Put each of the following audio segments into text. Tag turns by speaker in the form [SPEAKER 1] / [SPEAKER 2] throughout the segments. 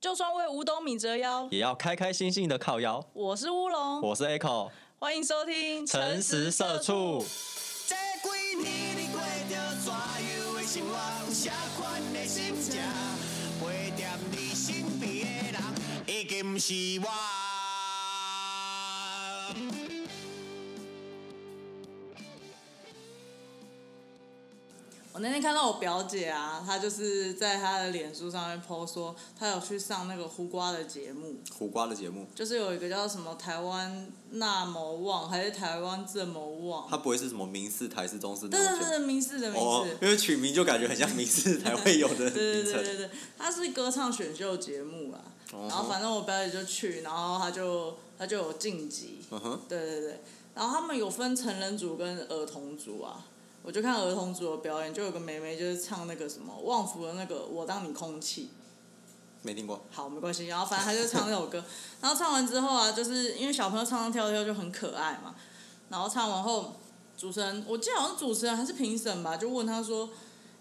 [SPEAKER 1] 就算为五斗米折腰。
[SPEAKER 2] 也要开开心心的靠腰。
[SPEAKER 1] 我是乌龙，
[SPEAKER 2] 我是 Echo，
[SPEAKER 1] 欢迎收听《
[SPEAKER 2] 诚实社畜。
[SPEAKER 3] 这几年你过着怎样的生活？有啥款的心情？陪在你身边的人，已经不是我。
[SPEAKER 1] 我那天看到我表姐啊，她就是在她的脸书上面 PO 说，她有去上那个胡瓜的节目，
[SPEAKER 2] 苦瓜的节目，
[SPEAKER 1] 就是有一个叫什么台湾那么旺还是台湾这么旺，
[SPEAKER 2] 它不会是什么明视、台式、中式
[SPEAKER 1] 对对对对，名字的名
[SPEAKER 2] 哦
[SPEAKER 1] 字。，
[SPEAKER 2] 因为取名就感觉很像明视才会有 的
[SPEAKER 1] 对对
[SPEAKER 2] 名
[SPEAKER 1] 对对
[SPEAKER 2] 称。
[SPEAKER 1] 对，他是歌唱选秀节目啦。
[SPEAKER 2] 哦
[SPEAKER 1] 然后反正我表姐就去，然后他就他就有晋级。
[SPEAKER 2] 嗯哼，
[SPEAKER 1] 对对对，然后他们有分成人组跟儿童组啊。我就看儿童组的表演，就有个妹妹就是唱那个什么旺福的那个《我当你空气》。
[SPEAKER 2] 没听过。
[SPEAKER 1] 好，没关系。然后反正他就唱那首歌，然后唱完之后啊，就是因为小朋友唱唱跳跳就很可爱嘛。然后唱完后，主持人我记得好像主持人还是评审吧，就问他说：“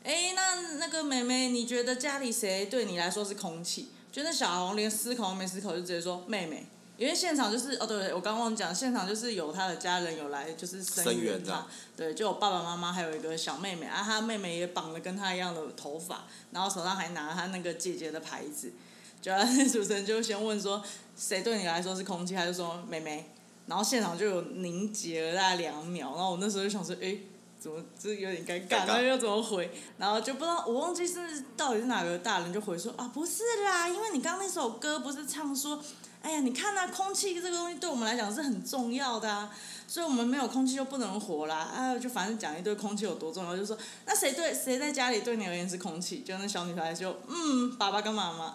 [SPEAKER 1] 哎，那那个妹妹，你觉得家里谁对你来说是空气？”就那小红连思考都没思考，就直接说妹妹。因为现场就是哦，对，我刚忘讲，现场就是有他的家人有来，就是声
[SPEAKER 2] 声援
[SPEAKER 1] 援
[SPEAKER 2] 这
[SPEAKER 1] 他
[SPEAKER 2] 样，
[SPEAKER 1] 对，就有爸爸妈妈，还有一个小妹妹啊，她妹妹也绑了跟她一样的头发，然后手上还拿她那个姐姐的牌子，就他主持人就先问说谁对你来说是空气，他就说妹妹，然后现场就有凝结了大概两秒，然后我那时候就想说，哎、怎么这有点尴
[SPEAKER 2] 尴尬
[SPEAKER 1] 尬，然后又怎么回，然后就不知道我忘记是到底是哪个大人就回说啊不是啦，因为你刚刚那首歌不是唱说，哎呀你看啊，空气这个东西对我们来讲是很重要的啊，所以我们没有空气就不能活啦，啊就反正讲一堆空气有多重要，就说那谁对谁在家里对你而言是空气，就那小女孩就嗯爸爸跟妈妈。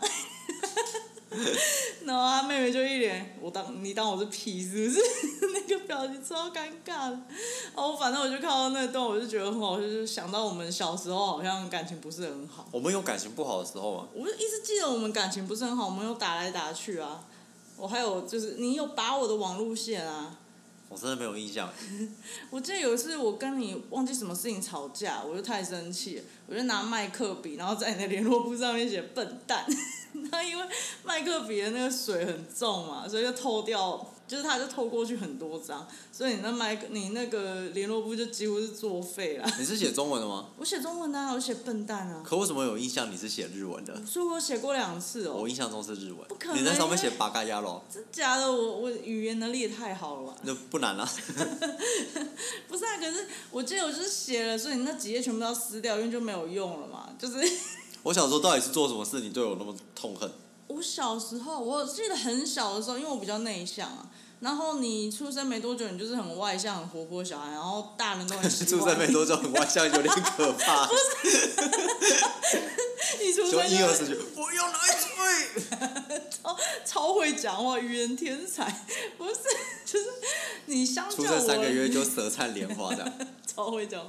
[SPEAKER 1] 然后他妹妹就一脸，我当你当我是屁是 不是？那个表情超尴尬的。然后我反正我就看到那段，我就觉得很好笑，就是想到我们小时候好像感情不是很好。
[SPEAKER 2] 我们有感情不好的时候啊，
[SPEAKER 1] 我就一直记得我们感情不是很好，我们有打来打去啊。我还有就是你有拔我的网路线啊。
[SPEAKER 2] 我真的没有印象。
[SPEAKER 1] 我记得有一次我跟你忘记什么事情吵架，我就太生气了，我就拿麦克笔，然后在你的联络簿上面写“笨蛋”， 然后因为麦克笔的那个水很重嘛，所以就透掉，就是它就透过去很多张，所以你那麦克你那个联络簿就几乎是作废了。
[SPEAKER 2] 你是写中文的吗？
[SPEAKER 1] 我写中文的、啊，我写笨蛋啊，
[SPEAKER 2] 可为什么有印象你是写日文的？
[SPEAKER 1] 所以我写过两次哦、
[SPEAKER 2] 我印象中是日文
[SPEAKER 1] 不可。能
[SPEAKER 2] 你在上面
[SPEAKER 1] 因为
[SPEAKER 2] 写八嘎呀咯，
[SPEAKER 1] 真假的？我我语言能力也太好了吧？
[SPEAKER 2] 那不难啊。
[SPEAKER 1] 不是啊，可是我记得我就是写了，所以你那几页全部都要撕掉，因为就没有用了嘛，就是。
[SPEAKER 2] 我小时候到底是做什么事你对我那么痛恨？
[SPEAKER 1] 我小时候，我记得很小的时候，因为我比较内向啊。然后你出生没多久，你就是很外向、很活泼的小孩，然后大人都 很喜欢。
[SPEAKER 2] 出生没多久，很外向，有点可怕。
[SPEAKER 1] 你出生
[SPEAKER 2] 就
[SPEAKER 1] 就
[SPEAKER 2] 一二十九，我要来追。
[SPEAKER 1] 超超会讲话，语言天才，不是， 就是你相较
[SPEAKER 2] 出
[SPEAKER 1] 我
[SPEAKER 2] 生三个月就舌灿莲花这样。
[SPEAKER 1] 超会讲，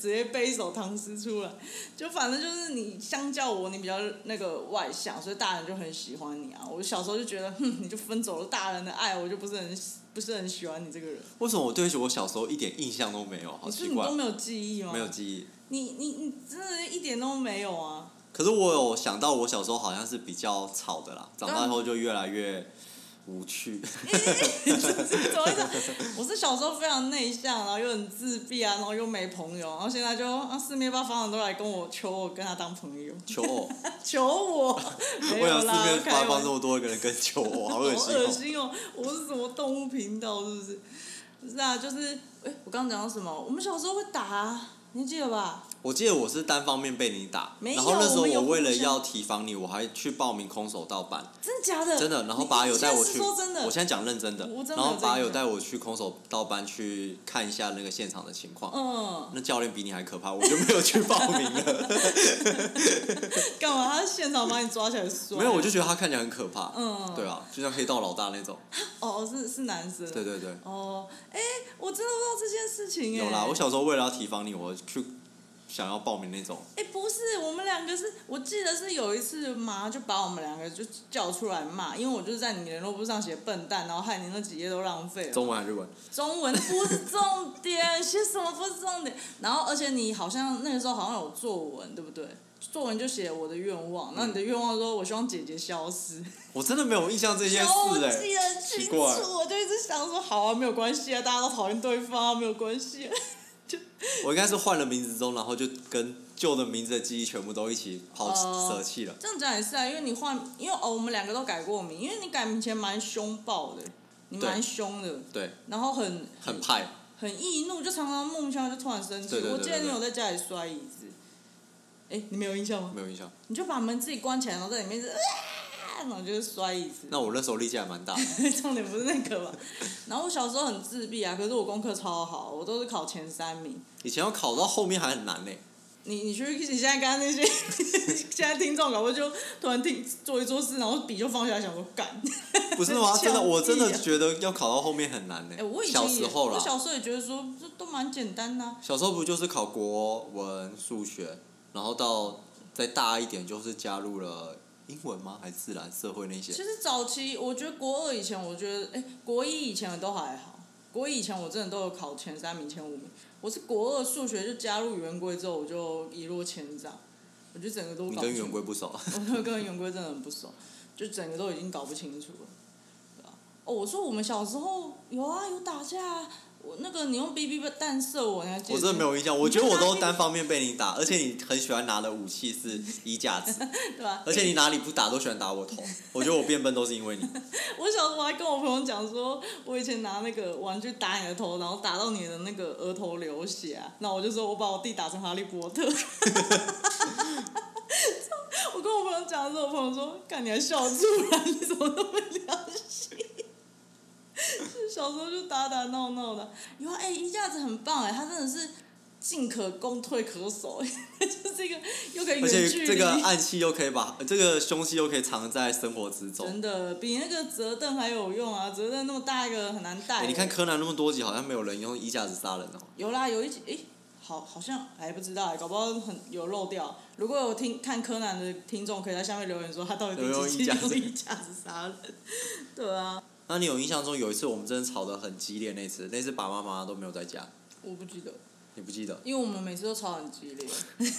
[SPEAKER 1] 直接背一首唐诗出来。就反正就是你相较我，你比较那个外向，所以大人就很喜欢你啊。我小时候就觉得， 哼，你就分走了大人的爱，我就不是很不是很喜欢你这个人。
[SPEAKER 2] 为什么我对我小时候一点印象都没有？好
[SPEAKER 1] 你是
[SPEAKER 2] 奇
[SPEAKER 1] 你
[SPEAKER 2] 怪
[SPEAKER 1] 都，没有啊记忆吗？
[SPEAKER 2] 没有记忆。
[SPEAKER 1] 你你你真的一点都没有啊！
[SPEAKER 2] 可是我有想到，我小时候好像是比较吵的啦，
[SPEAKER 1] 啊
[SPEAKER 2] 长大后就越来越无趣。
[SPEAKER 1] 怎么会这样我是小时候非常内向，然后又很自闭啊，然后又没朋友，然后现在就啊四面八方的都来跟我求我跟他当朋友，
[SPEAKER 2] 求偶，
[SPEAKER 1] 求 我， 没
[SPEAKER 2] 我
[SPEAKER 1] 有
[SPEAKER 2] 想四
[SPEAKER 1] 啦，
[SPEAKER 2] 面
[SPEAKER 1] 开
[SPEAKER 2] 八
[SPEAKER 1] 玩
[SPEAKER 2] 方这
[SPEAKER 1] 笑
[SPEAKER 2] 么多一个人跟求偶，好
[SPEAKER 1] 好
[SPEAKER 2] 恶心哦、
[SPEAKER 1] 恶心哦！我是什么动物频道是不是？不是啊，就是哎、我刚刚讲到什么？我们小时候会打、啊，你记得吧？
[SPEAKER 2] 我记得我是单方面被你打，
[SPEAKER 1] 没有
[SPEAKER 2] 然后那时
[SPEAKER 1] 我
[SPEAKER 2] 候
[SPEAKER 1] 们有
[SPEAKER 2] 我为了
[SPEAKER 1] 互相
[SPEAKER 2] 要提防你，我还去报名空手道班，
[SPEAKER 1] 真的假的？
[SPEAKER 2] 真的，然后拔
[SPEAKER 1] 你
[SPEAKER 2] 友
[SPEAKER 1] 你
[SPEAKER 2] 带
[SPEAKER 1] 现
[SPEAKER 2] 我
[SPEAKER 1] 在
[SPEAKER 2] 去，
[SPEAKER 1] 是说真的，
[SPEAKER 2] 我现在讲认真的，
[SPEAKER 1] 我真的
[SPEAKER 2] 然后
[SPEAKER 1] 有这
[SPEAKER 2] 拔
[SPEAKER 1] 一
[SPEAKER 2] 友
[SPEAKER 1] 个
[SPEAKER 2] 带我去空手道班去看一下那个现场的情况。
[SPEAKER 1] 嗯，
[SPEAKER 2] 那教练比你还可怕，我就没有去报名了。
[SPEAKER 1] 干嘛？他现场把你抓起来摔？
[SPEAKER 2] 没有，我就觉得他看起来很可怕。
[SPEAKER 1] 啊嗯
[SPEAKER 2] 对啊，就像黑道老大那种。
[SPEAKER 1] 哦，是是男生，
[SPEAKER 2] 对对对，
[SPEAKER 1] 哦，哎、我真的不知道这件事情哎、
[SPEAKER 2] 有啦。我小时候为了要提防你，我去想要报名那种。
[SPEAKER 1] 哎、不是，我们两个是我记得是有一次妈就把我们两个就叫出来骂，因为我就是在你联络簿上写笨蛋，然后害你那几页都浪费了。
[SPEAKER 2] 中文还是日文？
[SPEAKER 1] 中文不是重点，写什么不是重点。然后而且你好像那个时候好像有作文，对不对？作文就写我的愿
[SPEAKER 2] 嗯
[SPEAKER 1] 望，那你的愿望说我希望姐姐消失，
[SPEAKER 2] 我真的没有印象这些
[SPEAKER 1] 然后我
[SPEAKER 2] 事哎、
[SPEAKER 1] 记得很
[SPEAKER 2] 奇
[SPEAKER 1] 清楚，
[SPEAKER 2] 怪
[SPEAKER 1] 我就一直想说好啊，没有关系啊，大家都讨厌对方啊，没有关系、啊。
[SPEAKER 2] 我应该是换了名字中，然后就跟旧的名字的记忆全部都一起抛
[SPEAKER 1] 哦
[SPEAKER 2] 舍弃了。
[SPEAKER 1] 这样讲也是啊，因为你换，因为哦，我们两个都改过名，因为你改名前蛮凶暴的，你
[SPEAKER 2] 对
[SPEAKER 1] 蛮凶的，
[SPEAKER 2] 对，
[SPEAKER 1] 然后很
[SPEAKER 2] 很派。
[SPEAKER 1] 很易怒，就常常莫名其妙就突然生气。
[SPEAKER 2] 对对对
[SPEAKER 1] 我记得
[SPEAKER 2] 对
[SPEAKER 1] 你
[SPEAKER 2] 对
[SPEAKER 1] 有在家里摔椅子，哎，你没有印象吗？
[SPEAKER 2] 没有印象。
[SPEAKER 1] 你就把门自己关起来，然后在里面是啊，然后就是摔椅子。
[SPEAKER 2] 那我那时候力气还蛮大的，
[SPEAKER 1] 重点不是那个吧？然后我小时候很自闭啊，可是我功课超好，我都是考前三名。
[SPEAKER 2] 以前要考到后面还很难呢、欸
[SPEAKER 1] 你你去，你现在刚刚那些 现在听众搞不好就突然听做一做事，然后笔就放下来，想说干。
[SPEAKER 2] 不是 吗？
[SPEAKER 1] 很
[SPEAKER 2] 真的，我真的
[SPEAKER 1] 呛屁啊
[SPEAKER 2] 觉得要考到后面很难呢、欸
[SPEAKER 1] 哎、我以前
[SPEAKER 2] 小
[SPEAKER 1] 也
[SPEAKER 2] 时候
[SPEAKER 1] 我
[SPEAKER 2] 啦，
[SPEAKER 1] 小时候也觉得说这都蛮简单的啊、
[SPEAKER 2] 小时候不就是考国文、数学，然后到再大一点就是加入了英文吗？还是自然、社会那
[SPEAKER 1] 其
[SPEAKER 2] 些？
[SPEAKER 1] 实早期我觉得国二以前，我觉得哎、国一以前都还好。国一以前我真的都有考前三名、前五名。我是国二数学就加入圆规之后，我就一落千丈，我就整个都
[SPEAKER 2] 你
[SPEAKER 1] 搞
[SPEAKER 2] 跟
[SPEAKER 1] 不清
[SPEAKER 2] 圆规不熟，
[SPEAKER 1] 我 跟圆规真的很不熟，就整个都已经搞不清楚了，对吧？哦，我说我们小时候有啊，有打架啊，我那个你用 BB 弹射我，你还记得？
[SPEAKER 2] 我真的没有印象。我觉得我都单方面被你打，而且你很喜欢拿的武器是衣架子，
[SPEAKER 1] 对吧？
[SPEAKER 2] 而且你哪里不打都喜欢打我头。我觉得我变笨都是因为你。
[SPEAKER 1] 我小时候还跟我朋友讲说，我以前拿那个玩具打你的头，然后打到你的那个额头流血啊。那我就说我把我弟打成哈利波特。 我跟我朋友讲的时候，我朋友说：“看你还笑得出来，你怎么那么良心？”就小时候就打打闹闹的，有啊，哎、衣架子很棒哎、他真的是进可攻退可守、 欸，就是一个又可以
[SPEAKER 2] 而
[SPEAKER 1] 远距
[SPEAKER 2] 且
[SPEAKER 1] 离。
[SPEAKER 2] 这个暗器又可以把这个凶器又可以藏在生活之中。
[SPEAKER 1] 真的比那个折凳还有用啊！折凳那么大一个很难带、
[SPEAKER 2] 哎你看柯南那么多集，好像没有人用衣架子杀人哦。
[SPEAKER 1] 有啦，有一集，诶、好，好像还不知道、搞不好很有漏掉。如果有听看柯南的听众，可以在下面留言说他到底
[SPEAKER 2] 有没有
[SPEAKER 1] 第几
[SPEAKER 2] 一
[SPEAKER 1] 集
[SPEAKER 2] 家子
[SPEAKER 1] 用一架子杀人？对啊，
[SPEAKER 2] 那你有印象中有一次我们真的吵得很激烈那次，那次爸爸妈妈都没有在家，
[SPEAKER 1] 我不记得，
[SPEAKER 2] 你不记得？
[SPEAKER 1] 因为我们每次都吵很激烈。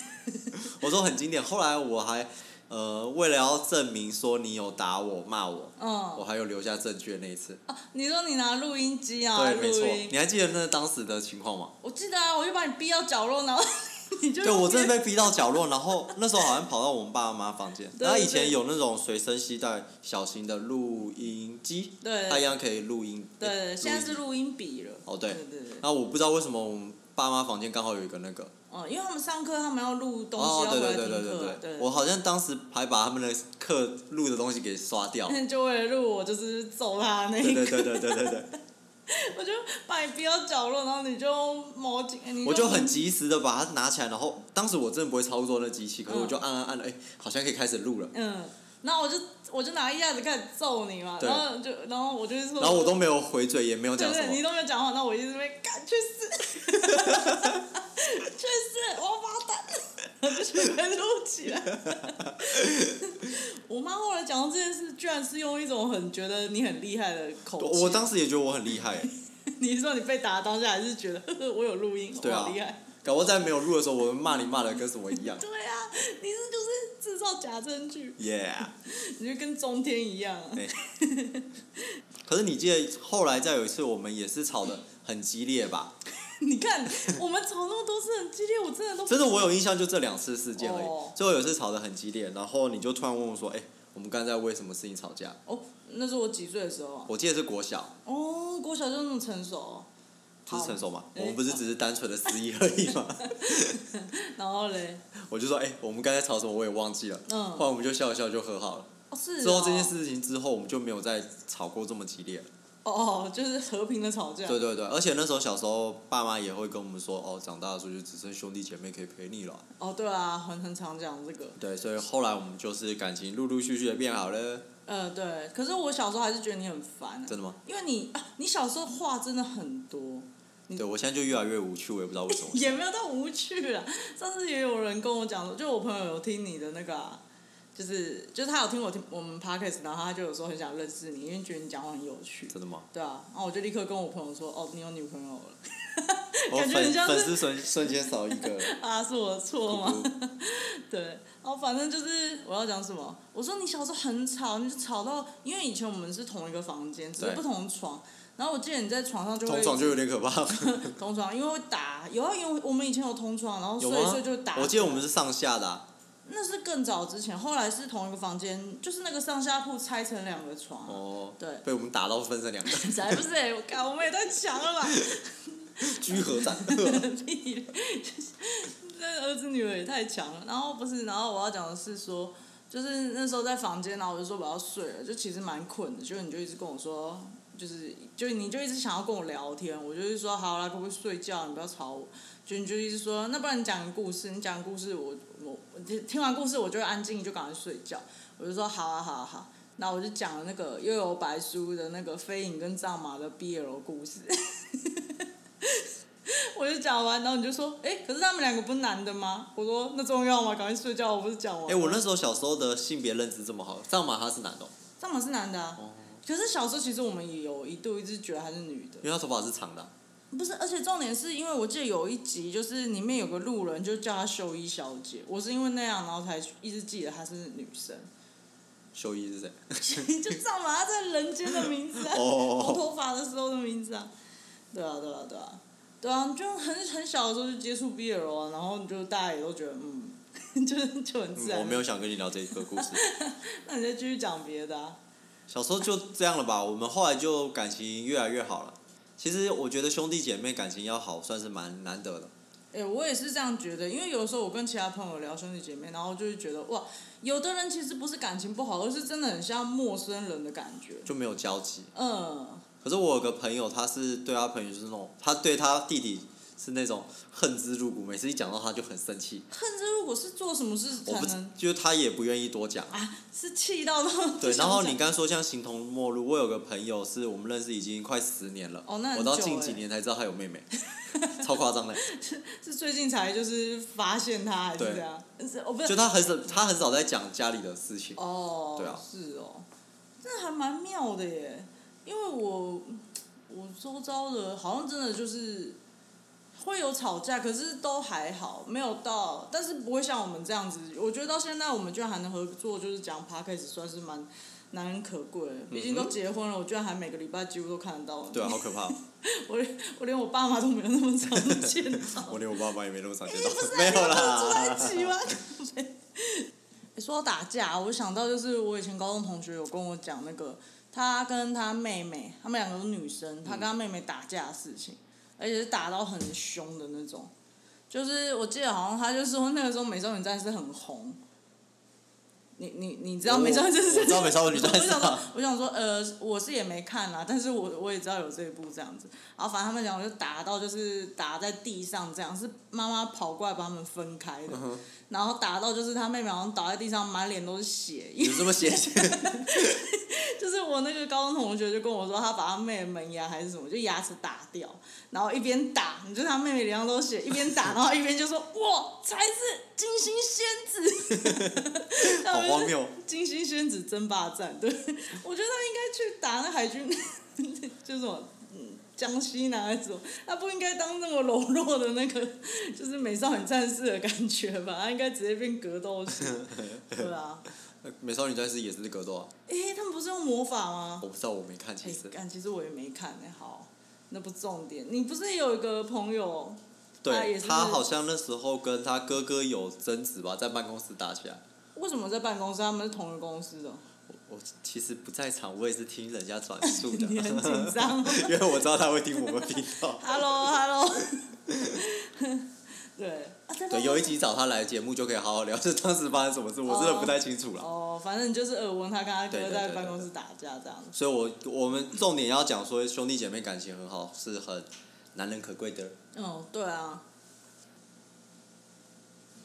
[SPEAKER 2] 我说很经典。后来我还呃，为了要证明说你有打我骂我，我
[SPEAKER 1] 嗯，啊
[SPEAKER 2] 还有留下证据的那一次。
[SPEAKER 1] 你说你拿录音机啊，
[SPEAKER 2] 对，没
[SPEAKER 1] 录
[SPEAKER 2] 错，
[SPEAKER 1] 音
[SPEAKER 2] 你，还记得那当时的情况吗？
[SPEAKER 1] 我记得啊，我就把你逼到角落，然后 你就
[SPEAKER 2] 对，我真
[SPEAKER 1] 被
[SPEAKER 2] 的被逼到角落，然后那时候好像跑到我们爸妈房间。
[SPEAKER 1] 对
[SPEAKER 2] 然后
[SPEAKER 1] 对
[SPEAKER 2] 以前
[SPEAKER 1] 对
[SPEAKER 2] 有那种随身携带小型的录音机，
[SPEAKER 1] 对
[SPEAKER 2] 它一样可以录音。
[SPEAKER 1] 对
[SPEAKER 2] 诶
[SPEAKER 1] 对，现在是。
[SPEAKER 2] 音
[SPEAKER 1] 录音笔了。
[SPEAKER 2] 哦，对
[SPEAKER 1] 对。对对。
[SPEAKER 2] 然后我不知道为什么我们爸妈房间刚好有一个那个。
[SPEAKER 1] 哦，因为他们上课，他们要录东
[SPEAKER 2] 哦
[SPEAKER 1] 西，，要
[SPEAKER 2] 对
[SPEAKER 1] 回
[SPEAKER 2] 对
[SPEAKER 1] 来
[SPEAKER 2] 对
[SPEAKER 1] 听
[SPEAKER 2] 对
[SPEAKER 1] 课，
[SPEAKER 2] 对我好像当时还把他们的课录的东西给刷 掉。
[SPEAKER 1] 对，就为了录我就是揍他那
[SPEAKER 2] 对
[SPEAKER 1] 一
[SPEAKER 2] 对
[SPEAKER 1] 刻，
[SPEAKER 2] 对对对对对。
[SPEAKER 1] 我就把你逼到角落，然后你就用毛巾，你
[SPEAKER 2] 我就很及时的把它拿起来，然后当时我真的不会操作那机器，可是我就按按按，哎、好像可以开始录了。
[SPEAKER 1] 嗯，然后我就我就拿一下子开始揍你嘛，
[SPEAKER 2] 对
[SPEAKER 1] 然后就然后我就说，
[SPEAKER 2] 然后我都没有回嘴，也没有
[SPEAKER 1] 对
[SPEAKER 2] 讲什
[SPEAKER 1] 对，你
[SPEAKER 2] 么。
[SPEAKER 1] 都没有讲话，那我一直被干去死， 去死，王八蛋， 我就全被录起来。 我妈后来讲到这件事，居然是用一种很觉得你很厉害的口
[SPEAKER 2] 我
[SPEAKER 1] 气，
[SPEAKER 2] 我当时也觉得我很厉害，
[SPEAKER 1] 你是说你被打的当下，还是觉得呵呵我有录音，
[SPEAKER 2] 对啊
[SPEAKER 1] 我好厉害？。
[SPEAKER 2] 搞不好在没有录的时候，我骂你骂的跟什么一样
[SPEAKER 1] 对啊，你这就是制造假证据，
[SPEAKER 2] Yeah，
[SPEAKER 1] 你就跟中天一样、啊。
[SPEAKER 2] 对可是你记得后来再有一次，我们也是吵得很激烈吧？
[SPEAKER 1] 你看，我们吵那么多次很激烈，我真的都
[SPEAKER 2] 真的，我有印象就这两次事件而
[SPEAKER 1] 哦
[SPEAKER 2] 已。最后有一次吵得很激烈，然后你就突然问我说：“哎、我们刚才为什么事情吵架
[SPEAKER 1] 哦，那是我几岁的时候啊？”？
[SPEAKER 2] 我记得是国小，
[SPEAKER 1] 哦，国小就那么成熟哦、
[SPEAKER 2] 不是成熟嘛？
[SPEAKER 1] 哎
[SPEAKER 2] 我们不是只是单纯的失忆而已 吗？
[SPEAKER 1] 然后嘞，
[SPEAKER 2] 我就说，哎、我们刚才吵什么我也忘记了。
[SPEAKER 1] 嗯
[SPEAKER 2] 后来我们就笑一笑就和好了。
[SPEAKER 1] 哦是、哦。
[SPEAKER 2] 哦之后这件，事情之后，我们就没有再吵过这么激烈了。
[SPEAKER 1] 哦哦，就是和平的吵架。
[SPEAKER 2] 对对对，而且那时候小时候，爸妈也会跟我们说，哦，长大的时候就只剩兄弟姐妹可以陪你了。
[SPEAKER 1] 哦，对啊，很很常讲这个。
[SPEAKER 2] 对，所以后来我们就是感情陆陆续续的变好了。
[SPEAKER 1] 呃，对。可是我小时候还是觉得你很烦、啊，
[SPEAKER 2] 真的吗？
[SPEAKER 1] 因为你啊，你小时候话真的很多。
[SPEAKER 2] 对我现在就越来越无趣，我也不知道为什么。
[SPEAKER 1] 也没有到无趣啦。上次也有人跟我讲说，就我朋友有听你的那个、啊，就是就是他有听我听我们 podcast，然后他就有说很想认识你，因为觉得你讲话很有趣。
[SPEAKER 2] 真的吗？
[SPEAKER 1] 对啊，然后我就立刻跟我朋友说，哦，你有女朋友了。
[SPEAKER 2] 我
[SPEAKER 1] 感觉很
[SPEAKER 2] 粉
[SPEAKER 1] 像是
[SPEAKER 2] 粉丝瞬瞬间少 一个，
[SPEAKER 1] 啊，是我的错吗？
[SPEAKER 2] 咕咕
[SPEAKER 1] 对，然后反正就是我要讲什么，我说你小时候很吵，你就吵到，因为以前我们是同一个房间，只是
[SPEAKER 2] 对
[SPEAKER 1] 不同床。然后我记得你在床上就会
[SPEAKER 2] 同床就有点可 怕，
[SPEAKER 1] 同床，因为会打，有啊，因为我们以前有同床，然后睡
[SPEAKER 2] 有
[SPEAKER 1] 一
[SPEAKER 2] 吗
[SPEAKER 1] 睡就打。？
[SPEAKER 2] 我记得我们是上下的啊、
[SPEAKER 1] 那是更早之前，后来是同一个房间，就是那个上下铺拆成两个床。啊
[SPEAKER 2] 哦，
[SPEAKER 1] 对
[SPEAKER 2] 被我们打到分成两个，
[SPEAKER 1] 才不是、欸，我靠，我们也太强了吧！
[SPEAKER 2] 居合战，
[SPEAKER 1] 屁， 那儿子女儿也太强了。然后不是，然后我要讲的是说，就是那时候在房间，然后我就说我要睡了，就其实蛮困的，就你就一直跟我说，就是就你就一直想要跟我聊天，我就是说好啦，可不可以睡觉？你不要吵我。就你就一直说，那不然你讲个故事，你讲个故事，我我我听听完故事我就会安静，就赶快睡觉。我就说好啊好啊好。那我就讲了那个又有白书的那个飞影跟藏马的 BL 故事， 我就讲完，然后你就说，哎、可是他们两个不是男的吗？我说那重要吗？赶快睡觉，我不是讲完了。
[SPEAKER 2] 哎、我那时候小时候的性别认知这么好，藏马他是男的哦、
[SPEAKER 1] 藏马是男的啊。
[SPEAKER 2] 哦
[SPEAKER 1] 可是小时候其实我们也有一度一直觉得她是女的，
[SPEAKER 2] 因为他头发是长的啊、
[SPEAKER 1] 不是，而且重点是因为我记得有一集就是里面有个路人就叫她秀一小姐，我是因为那样然后才一直记得她是女 生，
[SPEAKER 2] 秀一是谁？
[SPEAKER 1] 就藏马她在人间的名字啊，
[SPEAKER 2] 哦
[SPEAKER 1] 红头发的时候的名字啊，对啊对啊对啊，对啊，就很很小的时候就接触 BL 啊，然后就大家也都觉得嗯， 就是就很自然。
[SPEAKER 2] 我没有想跟你聊这个故 事。
[SPEAKER 1] 那你再继续讲别的啊。
[SPEAKER 2] 小时候就这样了吧，我们后来就感情越来越好了。其实我觉得兄弟姐妹感情要好，算是蛮难得的。
[SPEAKER 1] 哎、我也是这样觉得，因为有时候我跟其他朋友聊兄弟姐妹，然后就会觉得哇，有的人其实不是感情不好，而是真的很像陌生人的感觉。
[SPEAKER 2] 就没有交集。
[SPEAKER 1] 嗯，
[SPEAKER 2] 可是我有个朋友，他是对他朋友就是那种，他对他弟弟是那种恨之入骨，每次一讲到他就很生 气。
[SPEAKER 1] 恨之入骨是做什么事
[SPEAKER 2] 我
[SPEAKER 1] 才
[SPEAKER 2] 不
[SPEAKER 1] 能
[SPEAKER 2] 就是他也不愿意多讲。
[SPEAKER 1] 啊？是气到都不
[SPEAKER 2] 对，
[SPEAKER 1] 想
[SPEAKER 2] 然后
[SPEAKER 1] 讲
[SPEAKER 2] 你刚才说像形同陌路，我有个朋友是我们认识已经快十年了，
[SPEAKER 1] 哦那很
[SPEAKER 2] 我到
[SPEAKER 1] 久
[SPEAKER 2] 近
[SPEAKER 1] 欸
[SPEAKER 2] 几年才知道他有妹 妹，超夸张的。
[SPEAKER 1] 是最近才就是发现他还是
[SPEAKER 2] 对
[SPEAKER 1] 这样？是哦，不
[SPEAKER 2] 就是他很少，他很少在讲家里的事情。
[SPEAKER 1] 哦，
[SPEAKER 2] 对啊
[SPEAKER 1] 是哦，这还蛮妙的耶，因为我我周遭的好像真的就是会有吵架，可是都还好，没有到，但是不会像我们这样子。我觉得到现在我们居然还能合作，就是讲 p a r k a s 算是蛮难能可贵的。毕
[SPEAKER 2] 嗯
[SPEAKER 1] 竟都结婚了，我居然还每个礼拜几乎都看得到你。
[SPEAKER 2] 对啊，好可怕哦！
[SPEAKER 1] 我连我连我爸妈都没有那么常见到。
[SPEAKER 2] 我连我爸妈也没那么常见
[SPEAKER 1] 不是
[SPEAKER 2] 到，
[SPEAKER 1] 啊
[SPEAKER 2] 没有
[SPEAKER 1] 住在
[SPEAKER 2] 啦
[SPEAKER 1] 一。起吗？欸哎说到打架，我想到就是我以前高中同学有跟我讲那个，他跟他妹妹，他们两个都女生，
[SPEAKER 2] 嗯
[SPEAKER 1] 他跟他妹妹打架的事情，而且是打到很凶的那种。就是我记得好像他就说那个时候《美少女战士》很红，你你你知道《
[SPEAKER 2] 我
[SPEAKER 1] 美少女战士》？
[SPEAKER 2] 我知道美少女战士啊
[SPEAKER 1] 我想说，我想说，呃，我是也没看啦，但是我我也知道有这一部这样子。然后反正他们讲，我就打到就是打在地上这样，是妈妈跑过来把他们分开
[SPEAKER 2] 嗯
[SPEAKER 1] 的，然后打到就是他妹妹好像倒在地上，满脸都是血，因为
[SPEAKER 2] 有这么邪性？
[SPEAKER 1] 就是我那个高中同学就跟我说，他把他妹的门牙还是什么，就牙齿打掉，然后一边打，你就他妹妹脸上都血，一边打，然后一边就说我才是金星仙 子，
[SPEAKER 2] 好荒谬！
[SPEAKER 1] 金星仙子争霸战，对我觉得他应该去打那海军， 就是什么。嗯江西男孩子，他不应该当那么柔弱的那个，就是美少女战士的感觉吧？他应该直接变格斗士，对啊。
[SPEAKER 2] 美少女战士也是格斗啊，
[SPEAKER 1] 诶、他们不是用魔法吗？
[SPEAKER 2] 我不知道，我没看
[SPEAKER 1] 哎
[SPEAKER 2] 其实。
[SPEAKER 1] 干，其实我也没看哎、好，那不重点。你不是有一个朋友，他也
[SPEAKER 2] 对
[SPEAKER 1] 是
[SPEAKER 2] 他好像那时候跟他哥哥有争执吧，在办公室打起来。
[SPEAKER 1] 为什么在办公室？他们是同一个公司的，
[SPEAKER 2] 我我其实不在场，我也是听人家转述 的，
[SPEAKER 1] 你很紧张哦
[SPEAKER 2] 因为我知道他会听我们频道。
[SPEAKER 1] ？Hello，Hello，对，啊、在办公
[SPEAKER 2] 对，
[SPEAKER 1] 室
[SPEAKER 2] 有一集找他来节目就可以好好聊，就当时发生什么事，我真的不太清楚了。
[SPEAKER 1] 哦，反正你就是耳闻他跟他
[SPEAKER 2] 对
[SPEAKER 1] 哥
[SPEAKER 2] 对对
[SPEAKER 1] 在
[SPEAKER 2] 对
[SPEAKER 1] 办公
[SPEAKER 2] 对
[SPEAKER 1] 室打架这样子。
[SPEAKER 2] 所以我，我们重点要讲说兄弟姐妹感情很好，是很难能可贵的。
[SPEAKER 1] 嗯，对啊，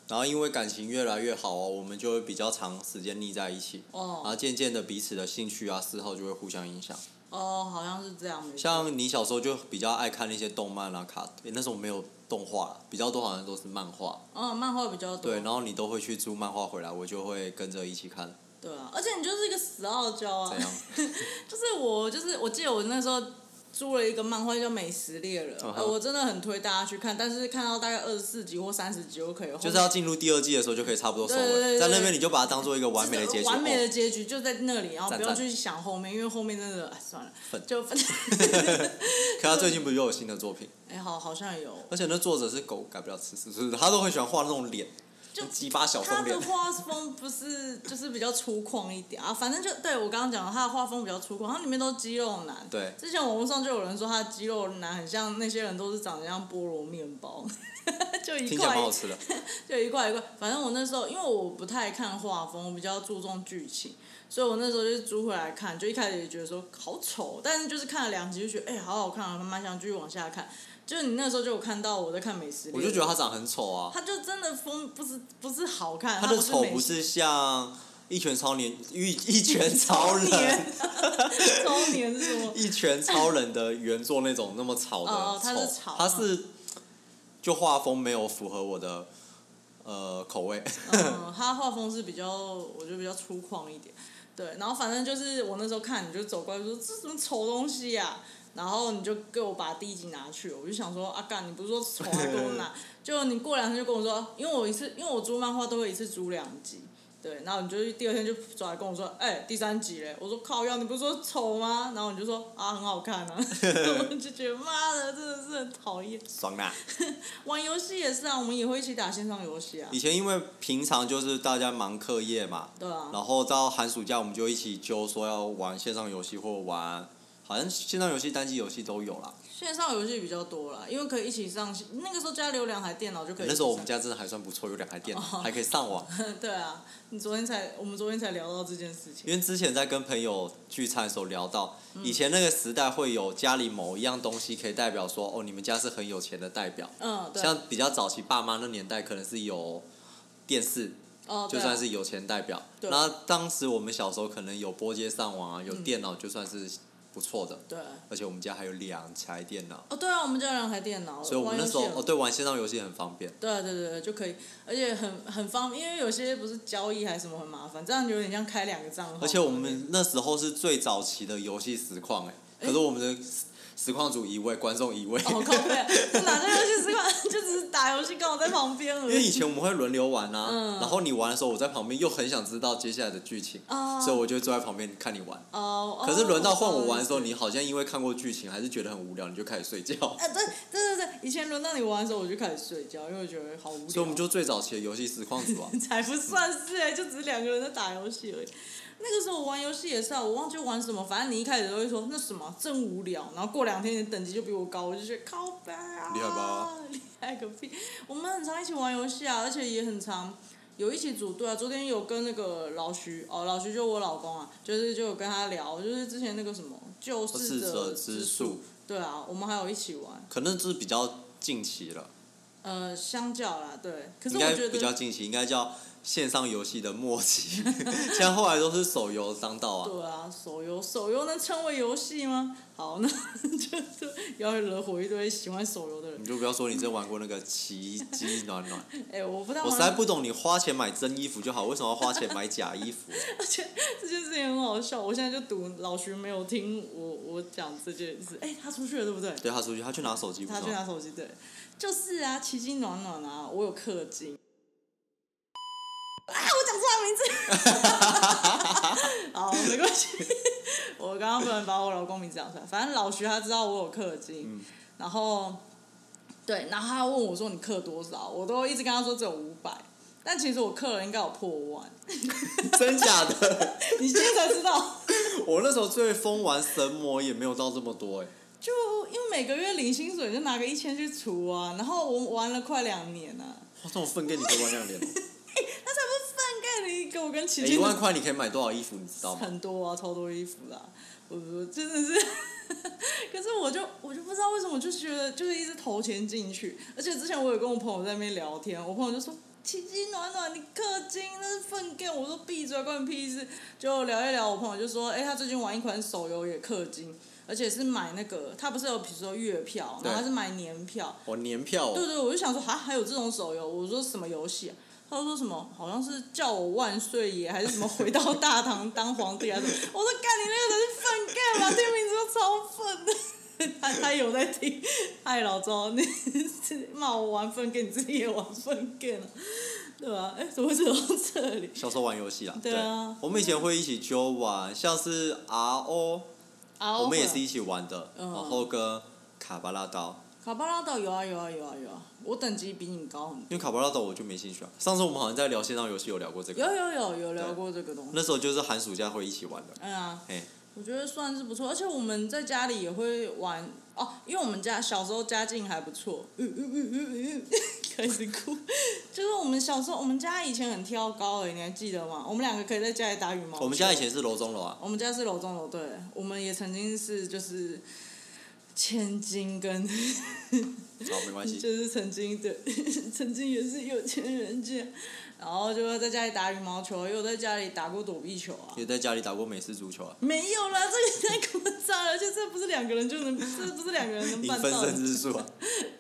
[SPEAKER 2] 然后因为感情越来越好哦，我们就会比较长时间腻在一起，然
[SPEAKER 1] 哦，
[SPEAKER 2] 后渐渐的彼此的兴趣啊、嗜好就会互相影响。
[SPEAKER 1] 哦，好像是这样。没错
[SPEAKER 2] 像你小时候就比较爱看那些动漫啊、卡，诶那时候没有动画啦，比较多好像都是漫画。
[SPEAKER 1] 嗯，漫画比较多。
[SPEAKER 2] 对，然后你都会去租漫画回来，我就会跟着一起
[SPEAKER 1] 哦
[SPEAKER 2] 看，
[SPEAKER 1] 对啊，而且你就是一个死傲娇啊
[SPEAKER 2] 怎。样？
[SPEAKER 1] 就是我，就是我记得我那时候租了一个漫画叫《美食猎人》
[SPEAKER 2] 嗯哼
[SPEAKER 1] 呃，我真的很推大家去看，但是看到大概二十四集或三十集，我可以后面
[SPEAKER 2] 就是要进入第二季的时候就可以差不多收尾，
[SPEAKER 1] 对对对对
[SPEAKER 2] 在那边你就把它当做一个完美的结局。
[SPEAKER 1] 完美的
[SPEAKER 2] 哦
[SPEAKER 1] 结局就在那里，然后
[SPEAKER 2] 赞
[SPEAKER 1] 不用
[SPEAKER 2] 赞
[SPEAKER 1] 去想后面，因为后面真的哎算了
[SPEAKER 2] 粉，
[SPEAKER 1] 就
[SPEAKER 2] 可他最近不是又有新的作品，
[SPEAKER 1] 哎好好像有，
[SPEAKER 2] 而且那作者是狗改不了吃屎，是不是？他都很喜欢画那种脸，
[SPEAKER 1] 就
[SPEAKER 2] 激发小
[SPEAKER 1] 他
[SPEAKER 2] 风脸
[SPEAKER 1] 的。画风不是就是比较粗犷一点啊，反正就对我刚刚讲的，他的画风比较粗犷，他里面都是肌肉男。
[SPEAKER 2] 对
[SPEAKER 1] 之前网络上就有人说他的肌肉男很像那些人都是长得像菠萝面包， 就一
[SPEAKER 2] 听起来
[SPEAKER 1] 块
[SPEAKER 2] 蛮好吃的，
[SPEAKER 1] 就一块一块。反正我那时候因为我不太看画风，我比较注重剧情，所以我那时候就租回来看，就一开始也觉得说好丑，但是就是看了两集就觉得哎、好好看啊，慢慢想继续往下看。就是你那时候就有看到我在看美 食猎
[SPEAKER 2] 我
[SPEAKER 1] 人，
[SPEAKER 2] 就觉得他长得很丑啊。
[SPEAKER 1] 他就真的风不是不是好看，
[SPEAKER 2] 他的
[SPEAKER 1] 是
[SPEAKER 2] 丑
[SPEAKER 1] 美
[SPEAKER 2] 不
[SPEAKER 1] 食
[SPEAKER 2] 是像一拳超人 一一拳超
[SPEAKER 1] 周年
[SPEAKER 2] 人
[SPEAKER 1] 周年是什么？
[SPEAKER 2] 一拳超人的原作那种那么吵的 丑，啊
[SPEAKER 1] 哦哦他是吵
[SPEAKER 2] 他是就画风没有符合我的呃口 味，
[SPEAKER 1] 嗯，他画风是比较，我觉得比较粗犷一点。对，然后反正就是我那时候看，你就走过来说这什么丑东西呀、然后你就给我把第一集拿去，我就想说啊干，你不是说丑还给我拿？就你过两天就跟我说，因为我一次，因为我租漫画都会一次租两集，对，然后你就第二天就走来跟我说，哎、第三集嘞，我说靠要你不是说丑吗？然后你就说啊很好看啊，我就觉得妈的真的是很讨厌。
[SPEAKER 2] 爽啦！
[SPEAKER 1] 玩游戏也是啊，我们也会一起打线上游戏啊，
[SPEAKER 2] 以前因为平常就是大家忙课业嘛，
[SPEAKER 1] 对啊。
[SPEAKER 2] 然后到寒暑假我们就一起揪说要玩线上游戏或玩，好像线上游戏、单机游戏都有啦。
[SPEAKER 1] 线上游戏比较多啦，因为可以一起上线。那个时候家里有两台电脑就可以一起上。哦
[SPEAKER 2] 那时候我们家真的还算不错，有两台电脑，还可以上网。
[SPEAKER 1] 对啊，你昨天才我们昨天才聊到这件事情。
[SPEAKER 2] 因为之前在跟朋友聚餐的时候聊到，
[SPEAKER 1] 嗯
[SPEAKER 2] 以前那个时代会有家里某一样东西可以代表说，哦，你们家是很有钱的代表。
[SPEAKER 1] 嗯，对。
[SPEAKER 2] 像比较早期爸妈那年代，可能是有电视，
[SPEAKER 1] 哦，
[SPEAKER 2] 就
[SPEAKER 1] 对啊
[SPEAKER 2] 算是有钱代表。
[SPEAKER 1] 对嗯
[SPEAKER 2] 那当时我们小时候可能有拨接上网啊，有电脑就算是不错的，
[SPEAKER 1] 对。啊
[SPEAKER 2] 而且我们家还有两台电脑，
[SPEAKER 1] 哦，对啊，我们家有两台电脑，
[SPEAKER 2] 所以我
[SPEAKER 1] 玩
[SPEAKER 2] 们那
[SPEAKER 1] 游
[SPEAKER 2] 时
[SPEAKER 1] 戏
[SPEAKER 2] 候
[SPEAKER 1] 很
[SPEAKER 2] 哦，对，玩线上游戏很方便。
[SPEAKER 1] 对啊对对对，就可以，而且很很方便，因为有些不是交易还是什么很麻烦，这样有点像开两个账号。
[SPEAKER 2] 而且我们那时候是最早期的游戏实况哎、可是我们的实实况组一位，观众一位。
[SPEAKER 1] 哦，靠背啊，这哪像游戏时光，就只是打游戏，刚好在旁边而
[SPEAKER 2] 因为 以
[SPEAKER 1] 已。
[SPEAKER 2] 前我们会轮流玩啊，
[SPEAKER 1] 嗯
[SPEAKER 2] 然后你玩的时候，我在旁边又很想知道接下来的剧情，
[SPEAKER 1] 哦
[SPEAKER 2] 所以我就坐在旁边看你玩。
[SPEAKER 1] 哦。
[SPEAKER 2] 可是轮到换我玩的时候，
[SPEAKER 1] 哦
[SPEAKER 2] 你好像因为看过剧情，还是觉得很无聊，你就开始睡觉。
[SPEAKER 1] 哎，对对对对，以前轮到你玩的时候，我就开始睡觉，因为我觉得好无聊。
[SPEAKER 2] 所以我们就最早期的游戏实况组啊，
[SPEAKER 1] 才不算是哎、就只是两个人在打游戏而已。那个时候我玩游戏也是啊，我忘记玩什么，反正你一开始都会说那什么真无聊，然后过两天你等级就比我高，我就觉得靠背啊，
[SPEAKER 2] 厉害吧？
[SPEAKER 1] 厉害个屁！我们很常一起玩游戏啊，而且也很常有一起组队啊。昨天有跟那个老徐哦，老徐就我老公啊，就是就有跟他聊，就是之前那个什么救世
[SPEAKER 2] 逝者之
[SPEAKER 1] 树
[SPEAKER 2] 术，，
[SPEAKER 1] 对啊，我们还有一起玩，
[SPEAKER 2] 可能就是比较近期了，
[SPEAKER 1] 呃，相较啦，对，可是
[SPEAKER 2] 应
[SPEAKER 1] 我
[SPEAKER 2] 该
[SPEAKER 1] 觉
[SPEAKER 2] 比较
[SPEAKER 1] 得。
[SPEAKER 2] 近期，应该叫线上游戏的末期。 现在后来都是手游当道啊，
[SPEAKER 1] 对啊，手游手游能称为游戏吗？好，那 就是要惹火一堆喜欢手游的人。
[SPEAKER 2] 你就不要说你真玩过那个奇迹暖 暖，
[SPEAKER 1] 哎、我不太
[SPEAKER 2] 我
[SPEAKER 1] 玩
[SPEAKER 2] 实在不懂你花钱买真衣服就好，为什么要花钱买假衣服啊？
[SPEAKER 1] 这件事情很好笑。我现在就赌老徐没有听我我讲这件事。哎、他出去了对不对？
[SPEAKER 2] 对他出去，他去拿手机，不
[SPEAKER 1] 他
[SPEAKER 2] 是
[SPEAKER 1] 去
[SPEAKER 2] 吗？
[SPEAKER 1] 拿手机对，就是啊，奇迹暖暖啊，我有氪金。啊，我讲错他名字。 好，没关系，我刚刚不能把我老公名字讲出来。反正老徐他知道我有氪金，然后对，然后他问我说你氪多少，我都一直跟他说只有五百。但其实我氪了应该有破万，
[SPEAKER 2] 真假的？
[SPEAKER 1] 你现在才知道，
[SPEAKER 2] 我那时候最疯玩神魔也没有到这么多哎、
[SPEAKER 1] 就因为每个月领薪水就拿个一千去除啊，然后我玩了快两年啊，
[SPEAKER 2] 哇，这种粪跟你可以玩两 年哦、
[SPEAKER 1] 他才不是饭盖你给我跟奇
[SPEAKER 2] 哎
[SPEAKER 1] 迹
[SPEAKER 2] 一万块你可以买多少衣服，你知道吗？
[SPEAKER 1] 很多啊，超多衣服啦，我我真的是， 可是我就我就不知道为什么，我就觉得就是一直投钱进去，而且之前我有跟我朋友在那边聊天，我朋友就说。奇迹暖暖，你氪金那是粪便，我说闭嘴，关你屁事。就聊一聊，我朋友就说，哎、他最近玩一款手游也氪金，而且是买那个，他不是有比如说月票，然后
[SPEAKER 2] 对
[SPEAKER 1] 他是买年票，
[SPEAKER 2] 我年票、
[SPEAKER 1] 对
[SPEAKER 2] 哦，
[SPEAKER 1] 对，我就想说啊，还有这种手游？我说什么游戏、啊？他说什么好像是叫我万岁爷，还是什么回到啊大唐当皇帝还是什么？我说干你那个才是粪干嘛？听名字都超粪的。 他他有在听，嗨老周，你是骂我玩粪便，你自己也玩粪便了，对吧、哎、怎么会扯到这里
[SPEAKER 2] 小时候玩游戏啦，
[SPEAKER 1] 对啊
[SPEAKER 2] 我们以前会一起揪玩，像是 RO，
[SPEAKER 1] 啊，
[SPEAKER 2] 我们也
[SPEAKER 1] 会
[SPEAKER 2] 是一起玩的，
[SPEAKER 1] 嗯
[SPEAKER 2] 然后跟卡巴拉刀，
[SPEAKER 1] 卡巴拉岛有啊有啊有啊有啊，我等级比你高很多。
[SPEAKER 2] 因为卡巴拉刀我就没兴趣啊。上次我们好像在聊线上游戏有聊过这
[SPEAKER 1] 有
[SPEAKER 2] 个，
[SPEAKER 1] 有有有聊过这个东西，
[SPEAKER 2] 那时候就是寒暑假会一起玩的，
[SPEAKER 1] 嗯啊，
[SPEAKER 2] 哎，
[SPEAKER 1] 我觉得算是不错，而且我们在家里也会玩哦，因为我们家小时候家境还不错，嗯嗯嗯嗯嗯， 开始哭，就是我们小时候我们家以前很挑高欸诶，你还记得吗？我们两个可以在家里打羽毛球，
[SPEAKER 2] 我们家以前是楼中楼啊，
[SPEAKER 1] 我们家是楼中楼，对，我们也曾经是就是千金跟
[SPEAKER 2] 好没关系，
[SPEAKER 1] 就是曾经的， 曾经也是有钱人家，然后就会在家里打羽毛球，也有在家里打过躲避球啊。
[SPEAKER 2] 也在家里打过美式足球啊，
[SPEAKER 1] 没有啦，这个太夸张了，而且这不是两个人就能，这不是两个人能
[SPEAKER 2] 零
[SPEAKER 1] 办
[SPEAKER 2] 分
[SPEAKER 1] 到的，
[SPEAKER 2] 胜之数啊，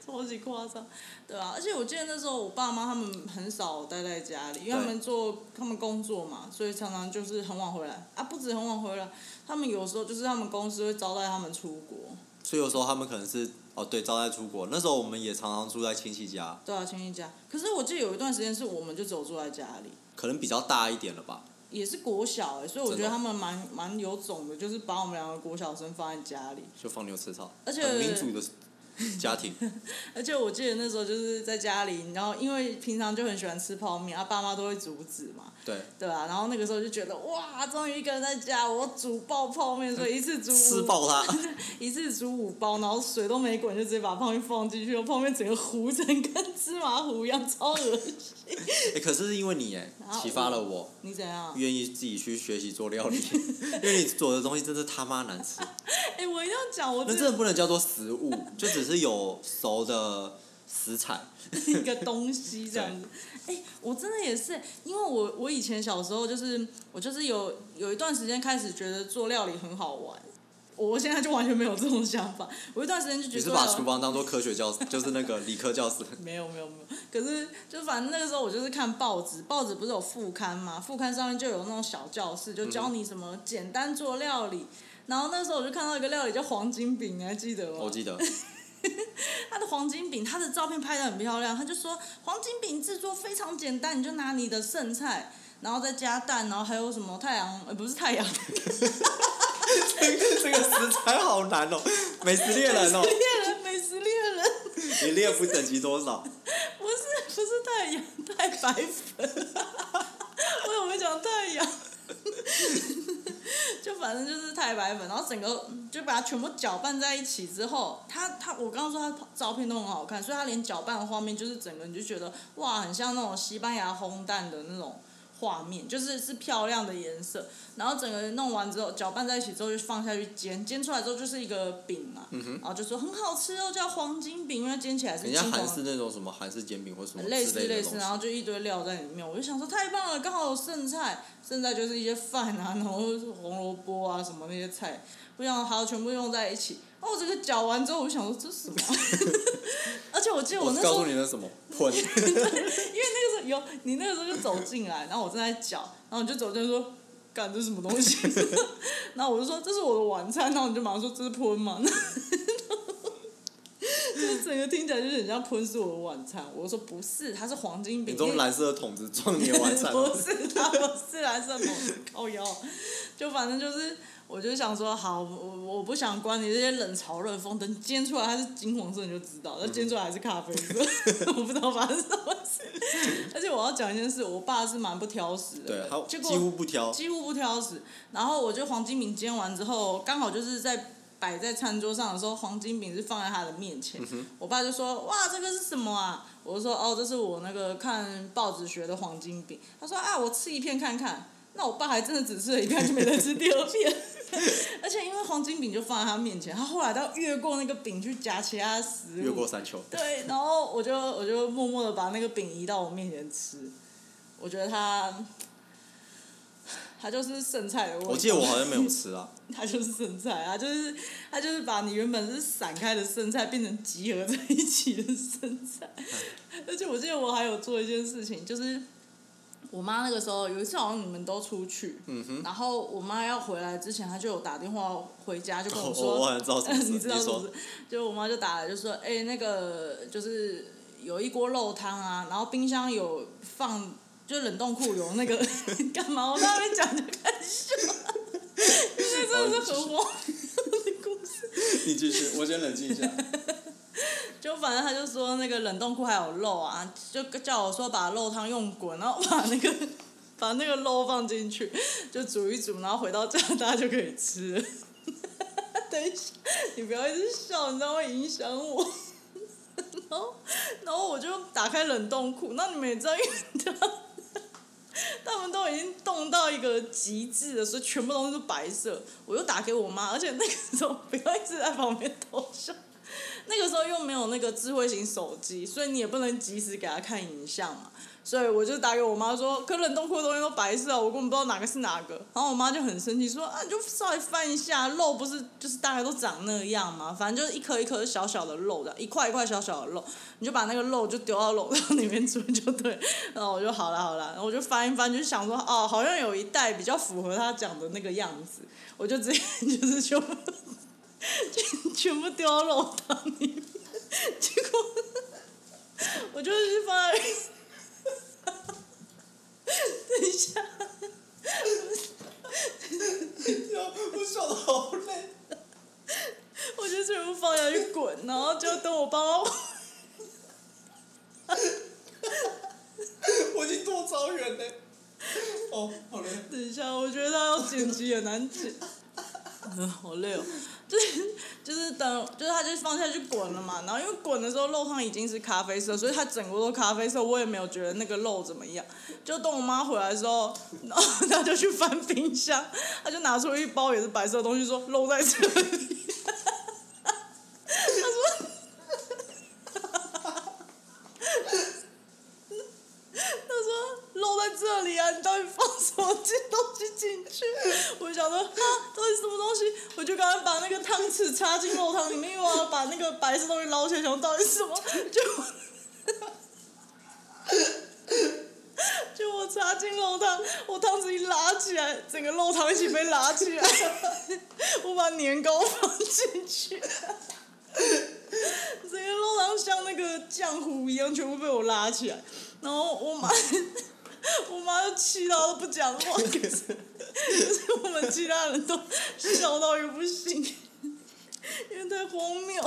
[SPEAKER 1] 超级夸张，对啊吧、而且我记得那时候我爸妈他们很少待在家里，因为他们做他们工作嘛，所以常常就是很晚回来啊，不止很晚回来，他们有时候就是他们公司会招待他们出国，
[SPEAKER 2] 所以有时候他们可能是哦对招待出国，那时候我们也常常住在亲戚家，
[SPEAKER 1] 对啊，亲戚家。可是我记得有一段时间是我们就只有住在家里。
[SPEAKER 2] 可能比较大一点了吧，
[SPEAKER 1] 也是国小哎、所以我觉得
[SPEAKER 2] 真的
[SPEAKER 1] 他们蛮蛮有种的，就是把我们两个国小生放在家里。
[SPEAKER 2] 就放牛吃草，
[SPEAKER 1] 而且
[SPEAKER 2] 很民主的 家庭，
[SPEAKER 1] 而且我记得那时候就是在家里，然后因为平常就很喜欢吃泡面，啊爸妈都会阻止嘛，
[SPEAKER 2] 对，
[SPEAKER 1] 对吧、然后那个时候就觉得哇，终于一个人在家，我煮爆泡面，所以一次煮
[SPEAKER 2] 吃
[SPEAKER 1] 五
[SPEAKER 2] 爆 它。
[SPEAKER 1] 一次煮五包，然后水都没滚，就直接把泡面放进去，泡面整个糊成跟芝麻糊一样，超恶心。
[SPEAKER 2] 哎、可是因为你哎
[SPEAKER 1] 然后，
[SPEAKER 2] 启发了我，
[SPEAKER 1] 你怎样？
[SPEAKER 2] 愿意自己去学习做 料理，因为你做的东西真是他妈难吃，
[SPEAKER 1] 哎、我一定要讲，我
[SPEAKER 2] 那
[SPEAKER 1] 真
[SPEAKER 2] 真
[SPEAKER 1] 的
[SPEAKER 2] 的不能叫做食物，就只是有熟的食材。
[SPEAKER 1] 一个东西这样子。哎、我真的也是，因为我我以前小时候就是我就是有有一段时间开始觉得做料理很好玩，我现在就完全没有这种想法。我有一段时间就觉
[SPEAKER 2] 你
[SPEAKER 1] 得
[SPEAKER 2] 是
[SPEAKER 1] 做料
[SPEAKER 2] 把
[SPEAKER 1] 理
[SPEAKER 2] 厨房当做科学教室， 就是那个理科教室，
[SPEAKER 1] 没有没有没有，可是就反正那个时候我就是看报纸，报纸不是有副刊嘛，副刊上面就有那种小教室，
[SPEAKER 2] 嗯
[SPEAKER 1] 就教你什么简单做料理。然后那时候我就看到一个料理叫黄金饼，你还记得吗？
[SPEAKER 2] 我记得。
[SPEAKER 1] 他的黄金饼，他的照片拍的很漂亮。他就说黄金饼制作非常简单，你就拿你的剩菜，然后再加蛋，然后还有什么太阳，呃，不是太阳，
[SPEAKER 2] 这个食材好难哦，美食猎人哦，
[SPEAKER 1] 猎人美食猎人，
[SPEAKER 2] 你猎不等级多少？
[SPEAKER 1] 不是不是太阳，太白粉，我怎么会讲太阳？就反正就是太白粉，然后整个就把它全部搅拌在一起之后，它它我刚刚说它照片都很好看，所以它连搅拌的画面就是整个你就觉得哇，很像那种西班牙烘蛋的那种画面，就是是漂亮的颜色。然后整个弄完之后，搅拌在一起之后就放下去煎，煎出来之后就是一个饼嘛，然后就说很好吃哦，叫黄金饼，因为煎起来是
[SPEAKER 2] 人
[SPEAKER 1] 金
[SPEAKER 2] 家
[SPEAKER 1] 黄的
[SPEAKER 2] 韩式那种什么韩式煎饼或什么之
[SPEAKER 1] 类似类
[SPEAKER 2] 的
[SPEAKER 1] 似，
[SPEAKER 2] 东
[SPEAKER 1] 然后
[SPEAKER 2] 西，
[SPEAKER 1] 就一堆料在里面，我就想说太棒了，刚好有剩菜，剩菜就是一些饭啊， 然后是红萝卜啊什么那些菜，不想还有全部用在一起。然后我这个搅完之后，我就想说这是什么啊？ 而且我记得我
[SPEAKER 2] 我
[SPEAKER 1] 那时
[SPEAKER 2] 告
[SPEAKER 1] 候
[SPEAKER 2] 诉，你那什么喷，
[SPEAKER 1] 因为那个时候有你那个时候就走进来，然后我正在搅，然后你就走进来说。干这是什么东西？ 然后我就说这是我的晚餐，然后你就马上说这是喷嘛， 就是整个听起来就是很像喷是我的晚餐。我说不是，它是黄金饼
[SPEAKER 2] 你。用
[SPEAKER 1] 因为
[SPEAKER 2] 蓝色的桶子装你的晚餐 哦，
[SPEAKER 1] 不是他不是蓝色某靠腰，哦就反正就是，我就想说，好，我我不想管你这些冷嘲热讽，等煎出来它是金黄色你就知
[SPEAKER 2] 嗯
[SPEAKER 1] 道，那煎出来还是咖啡色， 我不知道发生什么 事。而且我要讲一件事，我爸是蛮不挑食的，
[SPEAKER 2] 对，他
[SPEAKER 1] 结
[SPEAKER 2] 几乎
[SPEAKER 1] 果
[SPEAKER 2] 不挑，
[SPEAKER 1] 几乎不挑食。然后我就黄金饼煎完之后，刚好就是在。摆在餐桌上的时候，黄金饼是放在他的面前。
[SPEAKER 2] 嗯
[SPEAKER 1] 我爸就说：“哇，这个是什么啊？”我就说：“哦，这是我那个看报纸学的黄金饼。”他说：“啊，我吃一片看看。”那我爸还真的只吃了一片，就没再吃第二片。 而且因为黄金饼就放在他面前，他后来到越过那个饼去夹其他食物，
[SPEAKER 2] 越过山丘。
[SPEAKER 1] 对，然后我就我就默默的把那个饼移到我面前吃，我觉得它，它就是剩菜的味道。
[SPEAKER 2] 我记得我好像没有吃啊，
[SPEAKER 1] 它就是剩菜啊，它就是它就是把你原本是散开的剩菜变成集合在
[SPEAKER 2] 嗯
[SPEAKER 1] 一起的剩菜。而且我记得我还有做一件事情，就是我妈那个时候有一次好像你们都出去，
[SPEAKER 2] 嗯哼，
[SPEAKER 1] 然后我妈要回来之前，她就有打电话回家，就跟我
[SPEAKER 2] 我哦我
[SPEAKER 1] 说，
[SPEAKER 2] 好像知道什么 事，
[SPEAKER 1] 你知道是
[SPEAKER 2] 说
[SPEAKER 1] 不是？就我妈就打来就说，哎、那个就是有一锅肉汤啊，然后冰箱有放，就冷冻库有那个 干嘛？我在那边讲就开始 笑，因为真的
[SPEAKER 2] 哦
[SPEAKER 1] 是很荒谬的故事。
[SPEAKER 2] 你继 续，我先冷静一下。
[SPEAKER 1] 就反正他就说那个冷冻库还有肉啊，就叫我说把肉汤用滚，然后把那个 把那个肉放进去，就煮一煮，然后回到家大家就可以吃了。 等一下，你不要一直笑，你这样会影响我。 然后，然后我就打开冷冻库，那你们也知道，因为他 他们都已经冻到一个极致了，所以全部东西都白色。我又打给我妈，而且那个时候不要一直在旁边偷笑。 那个时候又没有那个智慧型手机，所以你也不能及时给他看影像嘛。所以我就打给我妈说，可冷冻库的东西都白色啊，我根本不知道哪个是哪个。然后我妈就很生气说，啊，你就稍微翻一下，肉不是就是大概都长那样嘛，反正就是一颗一颗小小的肉的，一块一块小小的肉，你就把那个肉就丢到肉汤里面煮就对。然后我就好了好了，然后我就翻一翻，就想说，哦，好像有一袋比较符合他讲的那个样子，我就直接 就是全部全全部丢到肉汤里面，结果 我就是放 在。等一下，
[SPEAKER 2] 我笑的好累。
[SPEAKER 1] 我就全部放下去滚，然后就等我帮我，
[SPEAKER 2] 我已经多招远嘞。哦，好累。
[SPEAKER 1] 等一下，我觉得他要剪辑很难剪， 嗯，好累哦。 就是就是等，就是他就放下去滚了嘛，然后因为滚的时候肉汤已经是咖啡色，所以它整个都咖啡色，我也没有觉得那个肉怎么样。就等我妈回来的时候，然后她就去翻冰箱，她就拿出一包也是白色的东西，说肉在这里。他说肉在这里啊，你到底放什么进东西进去？我就想说啊，到底是什么东西？我就赶快把那个汤匙插进肉汤里面，因为我要把那个白色东西捞起来，想说到底是什么？就 就我插进肉汤，我汤匙一拉起来，整个肉汤一起被拉起来， 我把年糕放进去。整个肉汤像那个浆糊一样，全部被我拉起来。然后我妈，我妈就气到都不讲话， 可是可是我们其他人都笑到一个不行，因为太荒谬。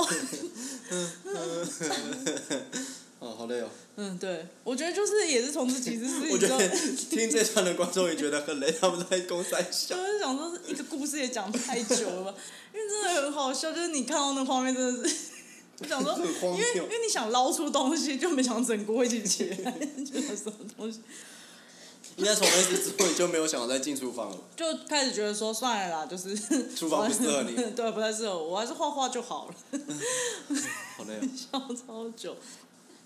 [SPEAKER 2] 哦，好累哦。
[SPEAKER 1] 嗯，对，我觉得就是也是从这几次事情
[SPEAKER 2] 我觉
[SPEAKER 1] 之后
[SPEAKER 2] 得，听这段的观众也觉得很累，他们在公三
[SPEAKER 1] 就
[SPEAKER 2] 笑。
[SPEAKER 1] 是想说一个故事也讲太久了吧，因为真的很好笑，就是你看到那画面真的是。就想说，
[SPEAKER 2] 很荒
[SPEAKER 1] 因为
[SPEAKER 2] 谬
[SPEAKER 1] 因为你想捞出东西，就没想整锅一起起来， 就是什么东西。
[SPEAKER 2] 应该从那次之后，你就没有想要再进厨房了。
[SPEAKER 1] 就开始觉得说算了啦，就是
[SPEAKER 2] 厨房不适合你
[SPEAKER 1] 对，不太适合我，我还是画画就好了，
[SPEAKER 2] 好累哦。
[SPEAKER 1] 笑超久。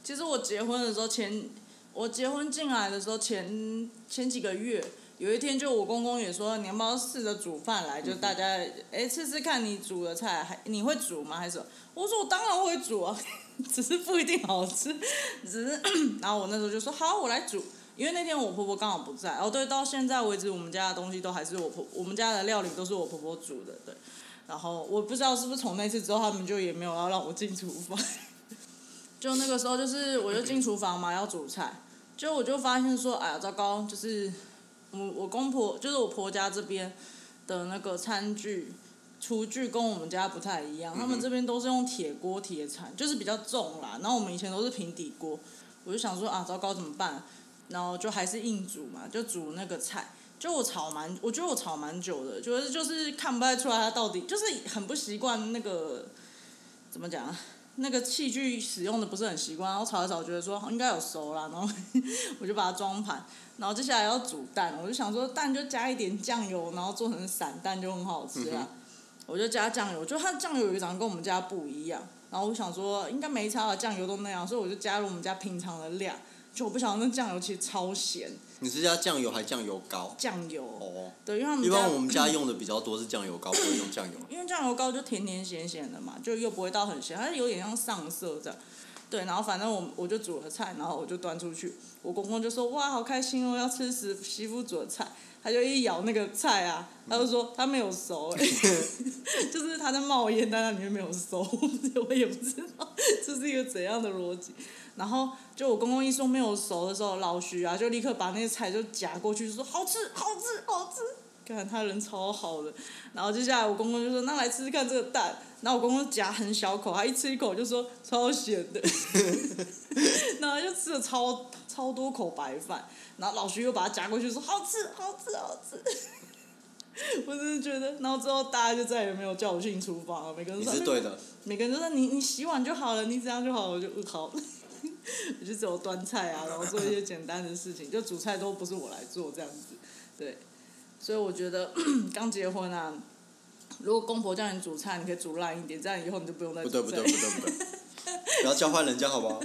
[SPEAKER 1] 其实我结婚的时候前，我结婚进来的时候前前几个月，有一天就我公公也说你要不要试着煮饭来，就大家哎试试看你煮的菜，还你会煮吗？还是什么我说我当然会煮啊， 只是不一定好吃，只是 然后我那时候就说好，我来煮。因为那天我婆婆刚好不在，哦对，到现在为止我们家的东西都还是我婆，我们家的料理都是我婆婆煮的，对。然后我不知道是不是从那次之后，他们就也没有要让我进厨房。就那个时候，就是我就进厨房嘛，要煮菜，就我就发现说，哎呀，糟糕，就是我我公婆，就是我婆家这边的那个餐具、厨具跟我们家不太一样，他们这边都是用铁锅、铁铲，就是比较重啦。然后我们以前都是平底锅，我就想说啊，糟糕，怎么办？然后就还是硬煮嘛，就煮那个菜。就我炒蛮，我觉得我炒蛮久的，就是就是看不太出来它到底，就是很不习惯那个怎么讲啊，那个器具使用的不是很习惯，然后炒一炒觉得说应该有熟啦，然后 我就把它装盘，然后接下来要煮蛋，我就想说蛋就加一点酱油，然后做成散蛋就很好吃
[SPEAKER 2] 嗯
[SPEAKER 1] 啦。我就加酱油，就它酱油有一长跟我们家不一样，然后我想说应该没差吧，酱油都那样，所以我就加入我们家平常的量，就我不晓得那酱油其实超咸，
[SPEAKER 2] 你是加酱油还酱油膏？
[SPEAKER 1] 酱油。
[SPEAKER 2] 哦，
[SPEAKER 1] 对，因为他们
[SPEAKER 2] 一
[SPEAKER 1] 家
[SPEAKER 2] 般我们家用的比较多是酱油膏，不会用酱油。
[SPEAKER 1] 因为酱油膏就甜甜咸咸的嘛，就又不会到很咸，它是有点像上色这样。对，然后反正我我就煮了菜，然后我就端出去，我公公就说哇好开心哦，要吃媳媳妇煮的菜，他就一咬那个菜啊，他就说他没有熟、欸， 就是他在冒烟，但它里面没有熟， 我也不知道这是一个怎样的逻辑。然后就我公公一说没有熟的时候，老徐啊就立刻把那些菜就夹过去，就说好吃好吃好吃。看他人超好的，然后接下来我公公就说：“那来吃吃看这个蛋。”然后我公公夹很小口，他一吃一口就说：“超咸的。”然后就吃了超超多口白饭，然后老徐又把它夹过去说：“好吃好吃好吃。”我真的觉得，然后之后大家就再也没有叫我进厨房了，每个人
[SPEAKER 2] 你
[SPEAKER 1] 说
[SPEAKER 2] 是对的，
[SPEAKER 1] 每个人都说你你洗碗就好了，你怎样就好了，我就嗯好， 我就只有端菜啊，然后做一些简单的事情，就煮菜都不是我来做这样子，对，所以我觉得 刚结婚啊，如果公婆叫你煮菜，你可以煮烂一点，这样以后你就不用再
[SPEAKER 2] 不
[SPEAKER 1] 煮
[SPEAKER 2] 对
[SPEAKER 1] 菜，
[SPEAKER 2] 不 对不对不 对，不要教坏人家好不好？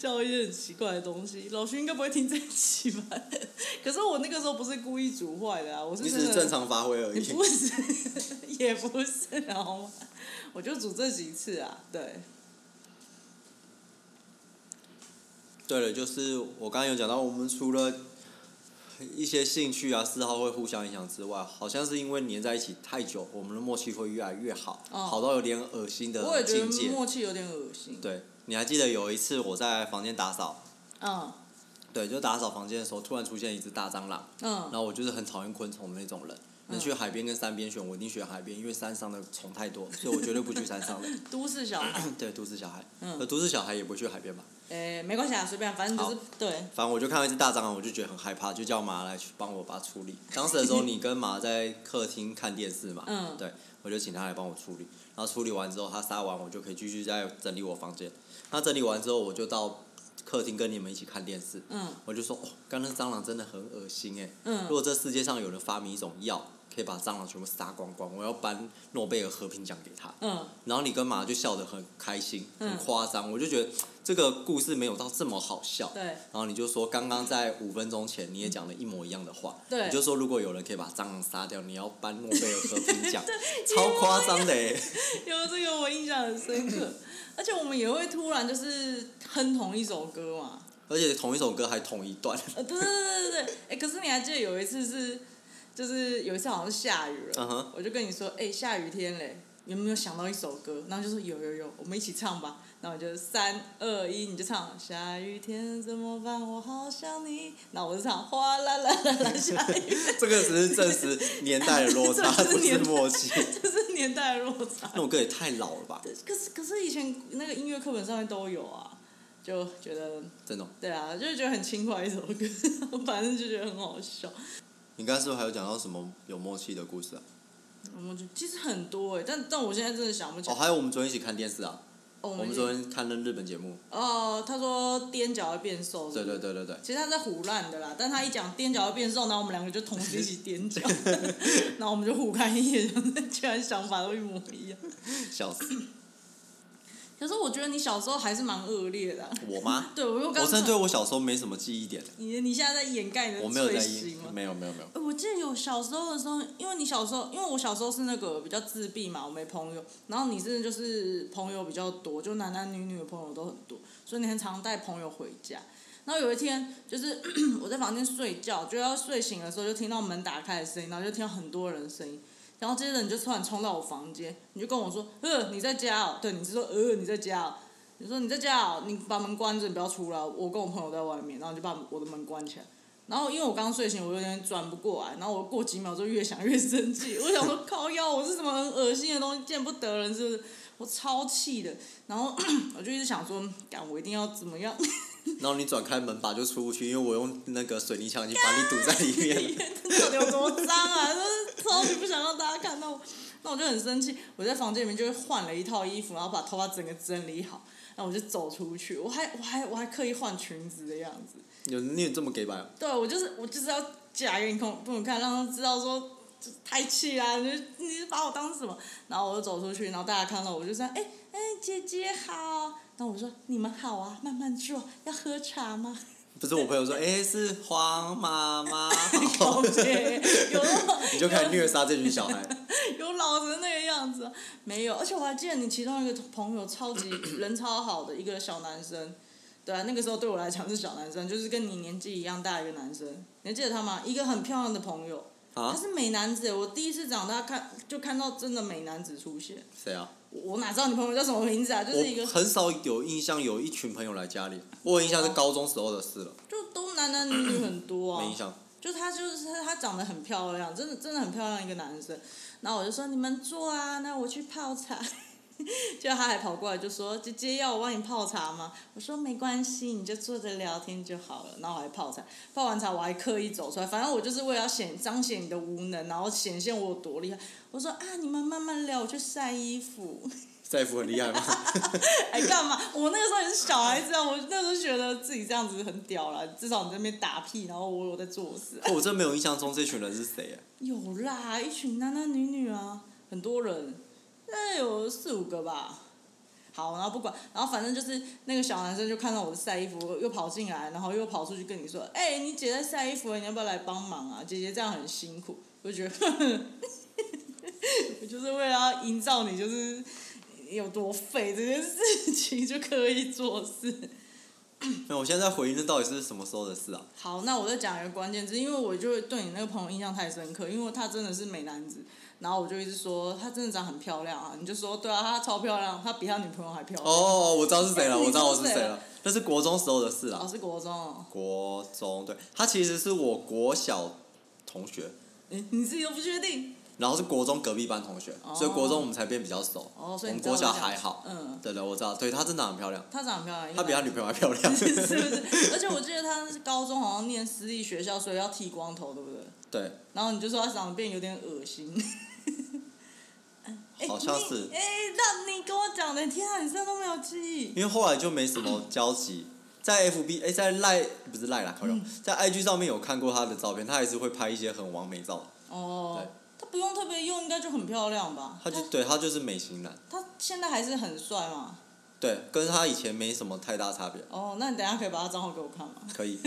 [SPEAKER 1] 教一些很奇怪的东西。老徐应该不会听这一期吧？ 可是我那个时候不是故意煮坏的啊，我是
[SPEAKER 2] 你
[SPEAKER 1] 真
[SPEAKER 2] 只
[SPEAKER 1] 的
[SPEAKER 2] 是正常发挥而
[SPEAKER 1] 也
[SPEAKER 2] 已。
[SPEAKER 1] 不是， 也不是，然后嘛我就煮这几次啊，对，
[SPEAKER 2] 对了，就是我刚刚有讲到，我们除了一些兴趣啊、嗜好会互相影响之外，好像是因为黏在一起太久，我们的默契会越来越好，
[SPEAKER 1] 哦
[SPEAKER 2] 好到有点恶心
[SPEAKER 1] 我也
[SPEAKER 2] 的
[SPEAKER 1] 觉
[SPEAKER 2] 呃境
[SPEAKER 1] 得
[SPEAKER 2] 界。
[SPEAKER 1] 默契有点恶心。
[SPEAKER 2] 对，你还记得有一次我在房间打扫，
[SPEAKER 1] 嗯
[SPEAKER 2] 对，就打扫房间的时候，突然出现一只大蟑螂，然
[SPEAKER 1] 嗯
[SPEAKER 2] 后我就是很讨厌昆虫的那种人。能去海边跟山边选，我一定选海边，因为山上的虫太 多，所以我绝对不去山上的。，
[SPEAKER 1] 都市小孩，
[SPEAKER 2] 对，都市小孩，
[SPEAKER 1] 嗯
[SPEAKER 2] 呃，都市小孩也不会去海边吧？
[SPEAKER 1] 诶、没关系啊，随便啊，反正就是对，
[SPEAKER 2] 反正我就看到一只大蟑螂，我就觉得很害怕，就叫马来去帮我把它处理。当时的时候，你跟马在客厅看电视嘛，
[SPEAKER 1] 嗯
[SPEAKER 2] 对，我就请他来帮我处理。然后处理完之后，他杀完，我就可以继续再整理我房间。他整理完之后，我就到客厅跟你们一起看电视。
[SPEAKER 1] 嗯
[SPEAKER 2] 我就说，哦，刚刚那蟑螂真的很恶心哎。如
[SPEAKER 1] 嗯，
[SPEAKER 2] 果这世界上有人发明一种药，可以把蟑螂全部杀光光，我要颁诺贝尔和平奖给他。
[SPEAKER 1] 嗯
[SPEAKER 2] 然后你跟马就笑得很开心，很
[SPEAKER 1] 嗯
[SPEAKER 2] 夸张，我就觉得这个故事没有到这么好笑。
[SPEAKER 1] 对
[SPEAKER 2] 然后你就说，刚刚在五分钟前你也讲了一模一样的话，
[SPEAKER 1] 对
[SPEAKER 2] 你就说如果有人可以把蟑螂杀掉，你要颁诺贝尔和 平奖，超夸张的欸，
[SPEAKER 1] 有这个我印象很深 刻，而且我们也会突然就是哼同一首歌嘛，
[SPEAKER 2] 而且同一首歌还同一 段，
[SPEAKER 1] 呃，对对对对对，哎、可是你还记得有一次是，就是有一次好像是下雨了
[SPEAKER 2] 嗯哼
[SPEAKER 1] 我就跟你说，哎、下雨天嘞，有没有想到一首歌？然后就说有有有，我们一起唱吧。然后我就三二一，你就唱下雨天怎么办？我好想你。然后我就唱哗啦啦啦 啦下雨，
[SPEAKER 2] 这个只是证实年代的落差，
[SPEAKER 1] 这是
[SPEAKER 2] 不是
[SPEAKER 1] 年代
[SPEAKER 2] 默契。
[SPEAKER 1] 这是年代的落差
[SPEAKER 2] 那。首歌也太老了吧，
[SPEAKER 1] 对可是可是以前那个音乐课本上面都有啊，就觉得
[SPEAKER 2] 真的哦。
[SPEAKER 1] 对啊，就是觉得很轻快一首歌， 反正就觉得很好笑。
[SPEAKER 2] 你刚才是不是还有讲到什么有默契的故事啊？
[SPEAKER 1] 我们就其实很多哎、但但我现在真的想不起
[SPEAKER 2] 哦，
[SPEAKER 1] 来。
[SPEAKER 2] 还有我们昨天一起看电视啊，
[SPEAKER 1] 哦，我
[SPEAKER 2] 我们昨天看那日本节目，
[SPEAKER 1] 哦，他说踮脚会变瘦，
[SPEAKER 2] 对
[SPEAKER 1] 是不是
[SPEAKER 2] 对对对对，
[SPEAKER 1] 其实他在胡乱的啦，但他一讲踮脚会变瘦，然后我们两个就同时一起踮 脚，然后我们就互看一眼，居然想法都一模 一样。
[SPEAKER 2] 笑死
[SPEAKER 1] 啊可是我觉得你小时候还是蛮恶劣的啊、
[SPEAKER 2] 我妈，
[SPEAKER 1] 对我又刚
[SPEAKER 2] 我真的对我小时候没什么记忆点，
[SPEAKER 1] 你你现在在掩盖你
[SPEAKER 2] 我
[SPEAKER 1] 的
[SPEAKER 2] 没有
[SPEAKER 1] 罪
[SPEAKER 2] 在意
[SPEAKER 1] 行，吗？
[SPEAKER 2] 没有没有没有，
[SPEAKER 1] 呃我记得有小时候的时候，因为你小时候，因为我小时候是那个比较自闭嘛，我没朋友，然后你真的就是朋友比较多，就男男女女的朋友都很多，所以你很常带朋友回家。然后有一天，就是 我在房间睡觉，就要睡醒的时候，就听到门打开的声音，然后就听到很多人的声音，然后接着你就突然冲到我房间，你就跟我说：“呃，你在家哦？”对，你是说“呃，你在家哦？”你说你在家哦，你把门关着，你不要出来。我跟我朋友在外面，然后你就把我的门关起来。然后因为我刚睡醒，我有点转不过来，然后我过几秒就越想越生气，我想说靠腰，我是什么很恶心的东西，见不得人是不是？我超气的，然后 我就一直想说，干我一定要怎么样？
[SPEAKER 2] 然后你转开门把就出不去，因为我用那个水泥墙已经把你堵在里面了。
[SPEAKER 1] 到底有多脏啊？就是超级不想让大家看到我，那我就很生气。我在房间里面就是换了一套衣服，然后把头发整个整理好，然后我就走出去。我还我还我还刻意换裙子的样子。
[SPEAKER 2] 有你有这么给白哦？
[SPEAKER 1] 对，我就是我就是要假给你看，不能看，让他知道说就是太气啦、你就你是把我当什么？然后我就走出去，然后大家看到我就这样，哎、哎、姐姐好。然后我说你们好啊，慢慢坐，要喝茶吗？
[SPEAKER 2] 不是我朋友说，哎、是黄妈妈，
[SPEAKER 1] OK，有那么
[SPEAKER 2] 你就开始虐杀这群小孩。
[SPEAKER 1] 有老成那个样子啊、没有，而且我还记得你其中一个朋友超级 人超好的一个小男生，对啊，那个时候对我来讲是小男生，就是跟你年纪一样大一个男生，你还记得他吗？一个很漂亮的朋友，他
[SPEAKER 2] 啊？
[SPEAKER 1] 是美男子耶，欸我第一次长大看就看到真的美男子出现，
[SPEAKER 2] 谁啊？
[SPEAKER 1] 我我哪知道你朋友叫什么名字啊？就是一个
[SPEAKER 2] 我很少有印象有一群朋友来家里，我有印象是高中时候的事了，
[SPEAKER 1] 就都男男女女很多啊，
[SPEAKER 2] 没印象。
[SPEAKER 1] 就他就是他长得很漂亮，真的真的很漂亮一个男生。然后我就说你们坐啊，那我去泡茶。 结果他还跑过来就说：“姐姐要我帮你泡茶吗？”我说：“没关系，你就坐着聊天就好了。”然后我还泡茶，泡完茶我还刻意走出来，反正我就是为了要显彰显你的无能，然后显现我有多厉害。我说：“啊，你们慢慢聊，我去晒衣服。”
[SPEAKER 2] 赛夫很厉 害吗？
[SPEAKER 1] 哎，干嘛？我那个时候也是小孩子啊，我那时候觉得自己这样子很屌啦，至少你在那边打屁，然后我有在做事。
[SPEAKER 2] 哦我真没有印象中这群人是谁耶。
[SPEAKER 1] 有啦，一群男男女女啊，很多人，那有四五个吧。好，然后不管，然后反正就是那个小男生就看到我晒衣服，又跑进来，然后又跑出去跟你说：“哎、你姐在晒衣服，你要不要来帮忙啊？姐姐这样很辛苦。”我就觉得， 我就是为了要营造你就是有多废这件事情，就刻意做事。
[SPEAKER 2] 没有，我现在在回忆那到底是什么时候的事啊？
[SPEAKER 1] 好，那我再讲一个关键字，因为我就对你那个朋友印象太深刻，因为他真的是美男子，然后我就一直说他真的长很漂亮啊，你就说对啊，他超漂亮，他比他女朋友还漂亮。
[SPEAKER 2] 哦，哦，我知道是谁 了，
[SPEAKER 1] 你
[SPEAKER 2] 我
[SPEAKER 1] 知
[SPEAKER 2] 知
[SPEAKER 1] 道
[SPEAKER 2] 道我是
[SPEAKER 1] 谁
[SPEAKER 2] 谁
[SPEAKER 1] 了
[SPEAKER 2] 了，那是国中时候的事
[SPEAKER 1] 哦，
[SPEAKER 2] 啦。
[SPEAKER 1] 是国中哦，
[SPEAKER 2] 国中，对，他其实是我国小同学，
[SPEAKER 1] 诶你自己都不确定
[SPEAKER 2] 然后是国中隔壁班同学，所以国中我们才变比较熟。
[SPEAKER 1] 哦，所以
[SPEAKER 2] 我们
[SPEAKER 1] 你知道
[SPEAKER 2] 国小
[SPEAKER 1] 这样
[SPEAKER 2] 还好。
[SPEAKER 1] 嗯，
[SPEAKER 2] 对的，我知道，对她真的很 漂亮，
[SPEAKER 1] 他长很漂亮，
[SPEAKER 2] 她比她女朋友还漂 亮。
[SPEAKER 1] 是是不是？而且我记得他是高中好像念私立学校，所以要剃光头，对不对？
[SPEAKER 2] 对，
[SPEAKER 1] 然后你就说他长得变有点恶心。 诶
[SPEAKER 2] 好像
[SPEAKER 1] 你
[SPEAKER 2] 是
[SPEAKER 1] 诶，那你跟我讲的，天啊，你真的都没有记忆。
[SPEAKER 2] 因为后来就没什么交集。在 FB 哎、在赖不是赖啦，靠友，在 IG 上面有看过她的照片，她还是会拍一些很完美照。
[SPEAKER 1] 哦
[SPEAKER 2] 对，
[SPEAKER 1] 他不用特别用，应该就很漂亮吧？
[SPEAKER 2] 她就对她就是美型男，
[SPEAKER 1] 他现在还是很帅嘛。
[SPEAKER 2] 对，跟她以前没什么太大差别。
[SPEAKER 1] 哦，那你等一下可以把他账号给我看 吗？
[SPEAKER 2] 可以，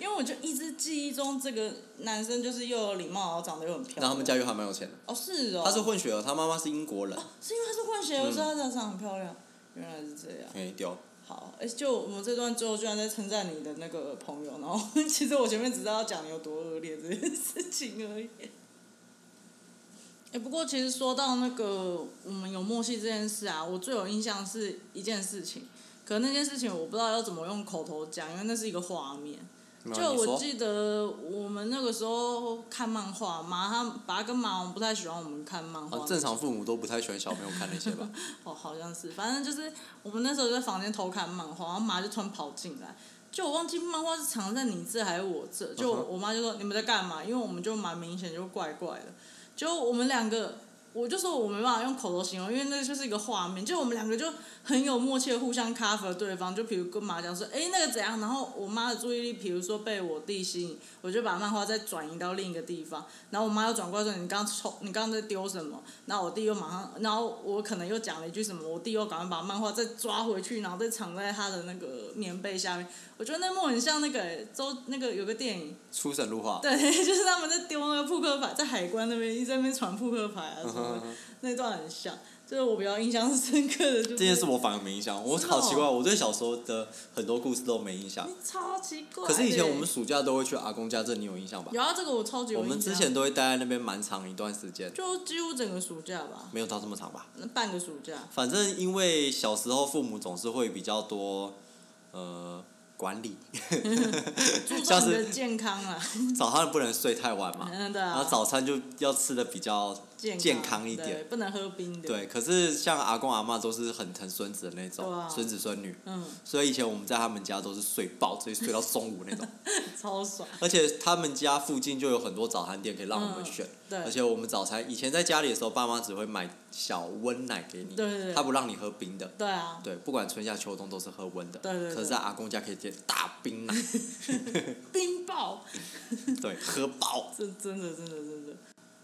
[SPEAKER 1] 因为我就一直记忆中这个男生就是又有礼貌，然后长得又很漂亮。
[SPEAKER 2] 然后他们家又还蛮有钱的，
[SPEAKER 1] 哦是哦，
[SPEAKER 2] 她是嗯混血儿，她妈妈是英国人，
[SPEAKER 1] 是因为他是混血，我知道他长得很漂亮。原来是这样，
[SPEAKER 2] 哎丢，
[SPEAKER 1] 好，哎、就我们这段最后居然在称赞你的那个朋友，然后 其实我前面只是要讲你有多恶劣这件事情而已。哎、不过其实说到那个我们有默契这件事啊，我最有印象是一件事情，可那件事情我不知道要怎么用口头讲，因为那是一个画面。
[SPEAKER 2] 没
[SPEAKER 1] 就
[SPEAKER 2] 啊有你
[SPEAKER 1] 我
[SPEAKER 2] 说，
[SPEAKER 1] 记得我们那个时候看漫画，麻他爸跟麻王不太喜欢我们看漫画、
[SPEAKER 2] 啊，正常父母都不太喜欢小朋友看那些 吧？
[SPEAKER 1] 哦，好像是，反正就是我们那时候就在房间偷看漫画，然后妈就突然跑进来，就我忘记漫画是藏在你这还是我这，就我
[SPEAKER 2] 嗯哼
[SPEAKER 1] 我妈就说你们在干嘛？因为我们就蛮明显就怪怪的，就我们两个。我就说我没办法用口头形容，因为那就是一个画面，就我们两个就很有默契的互相 cover 对方。就比如跟妈讲说，哎、那个怎样，然后我妈的注意力，比如说被我弟吸引，我就把漫画再转移到另一个地方，然后我妈又转过来说，你刚抽，你刚刚在丢什么？然后我弟又马上，然后我可能又讲了一句什么，我弟又赶快把漫画再抓回去，然后再藏在他的那个棉被下面。我觉得那幕很像那个欸周那个有个电影，
[SPEAKER 2] 出神入化，
[SPEAKER 1] 对，就是他们在丢那个扑克牌，在海关那边一直在那边传扑克牌啊什
[SPEAKER 2] 嗯
[SPEAKER 1] 么
[SPEAKER 2] 哼
[SPEAKER 1] 的，那段很像。就是我比较印象深刻的， 就是
[SPEAKER 2] 这件事我反而没印象，我
[SPEAKER 1] 是哦
[SPEAKER 2] 好奇怪，我对小时候的很多故事都没印象
[SPEAKER 1] 你。超奇怪的欸。
[SPEAKER 2] 可是以前我们暑假都会去阿公家，这你有印象吧？
[SPEAKER 1] 有啊，这个我超级有
[SPEAKER 2] 我
[SPEAKER 1] 印象。
[SPEAKER 2] 们之前都会待在那边蛮长一段时间，
[SPEAKER 1] 就几乎整个暑假吧，
[SPEAKER 2] 没有到这么长吧。
[SPEAKER 1] 那半个暑 假。
[SPEAKER 2] 反正因为小时候父母总是会比较多，呃，管理，
[SPEAKER 1] 注
[SPEAKER 2] 像
[SPEAKER 1] 重你的
[SPEAKER 2] 是
[SPEAKER 1] 健康啊啦，
[SPEAKER 2] 早上不能睡太晚嘛，
[SPEAKER 1] 嗯对
[SPEAKER 2] 然后
[SPEAKER 1] 啊，
[SPEAKER 2] 早餐就要吃的比较
[SPEAKER 1] 健
[SPEAKER 2] 健康一
[SPEAKER 1] 对
[SPEAKER 2] 点。
[SPEAKER 1] 不能喝冰的。，
[SPEAKER 2] 对，可是像阿公阿妈都是很疼孙子的那
[SPEAKER 1] 对啊
[SPEAKER 2] 种，孙子孙女，
[SPEAKER 1] 嗯，
[SPEAKER 2] 所以以前我们在他们家都是睡爆，直接睡到中午 那种。
[SPEAKER 1] 超爽。
[SPEAKER 2] 而且他们家附近就有很多早餐店可以让我们选，
[SPEAKER 1] 嗯对
[SPEAKER 2] 而且我们早餐以前在家里的时候，爸妈只会买小温奶给你，
[SPEAKER 1] 对对对
[SPEAKER 2] 他不让你喝冰的，
[SPEAKER 1] 对啊，
[SPEAKER 2] 对，不管春夏秋冬都是喝温的，
[SPEAKER 1] 对对对
[SPEAKER 2] 可是在阿公家可以点大 冰奶，
[SPEAKER 1] 冰爆，
[SPEAKER 2] 对，喝饱。
[SPEAKER 1] 这真的真的真的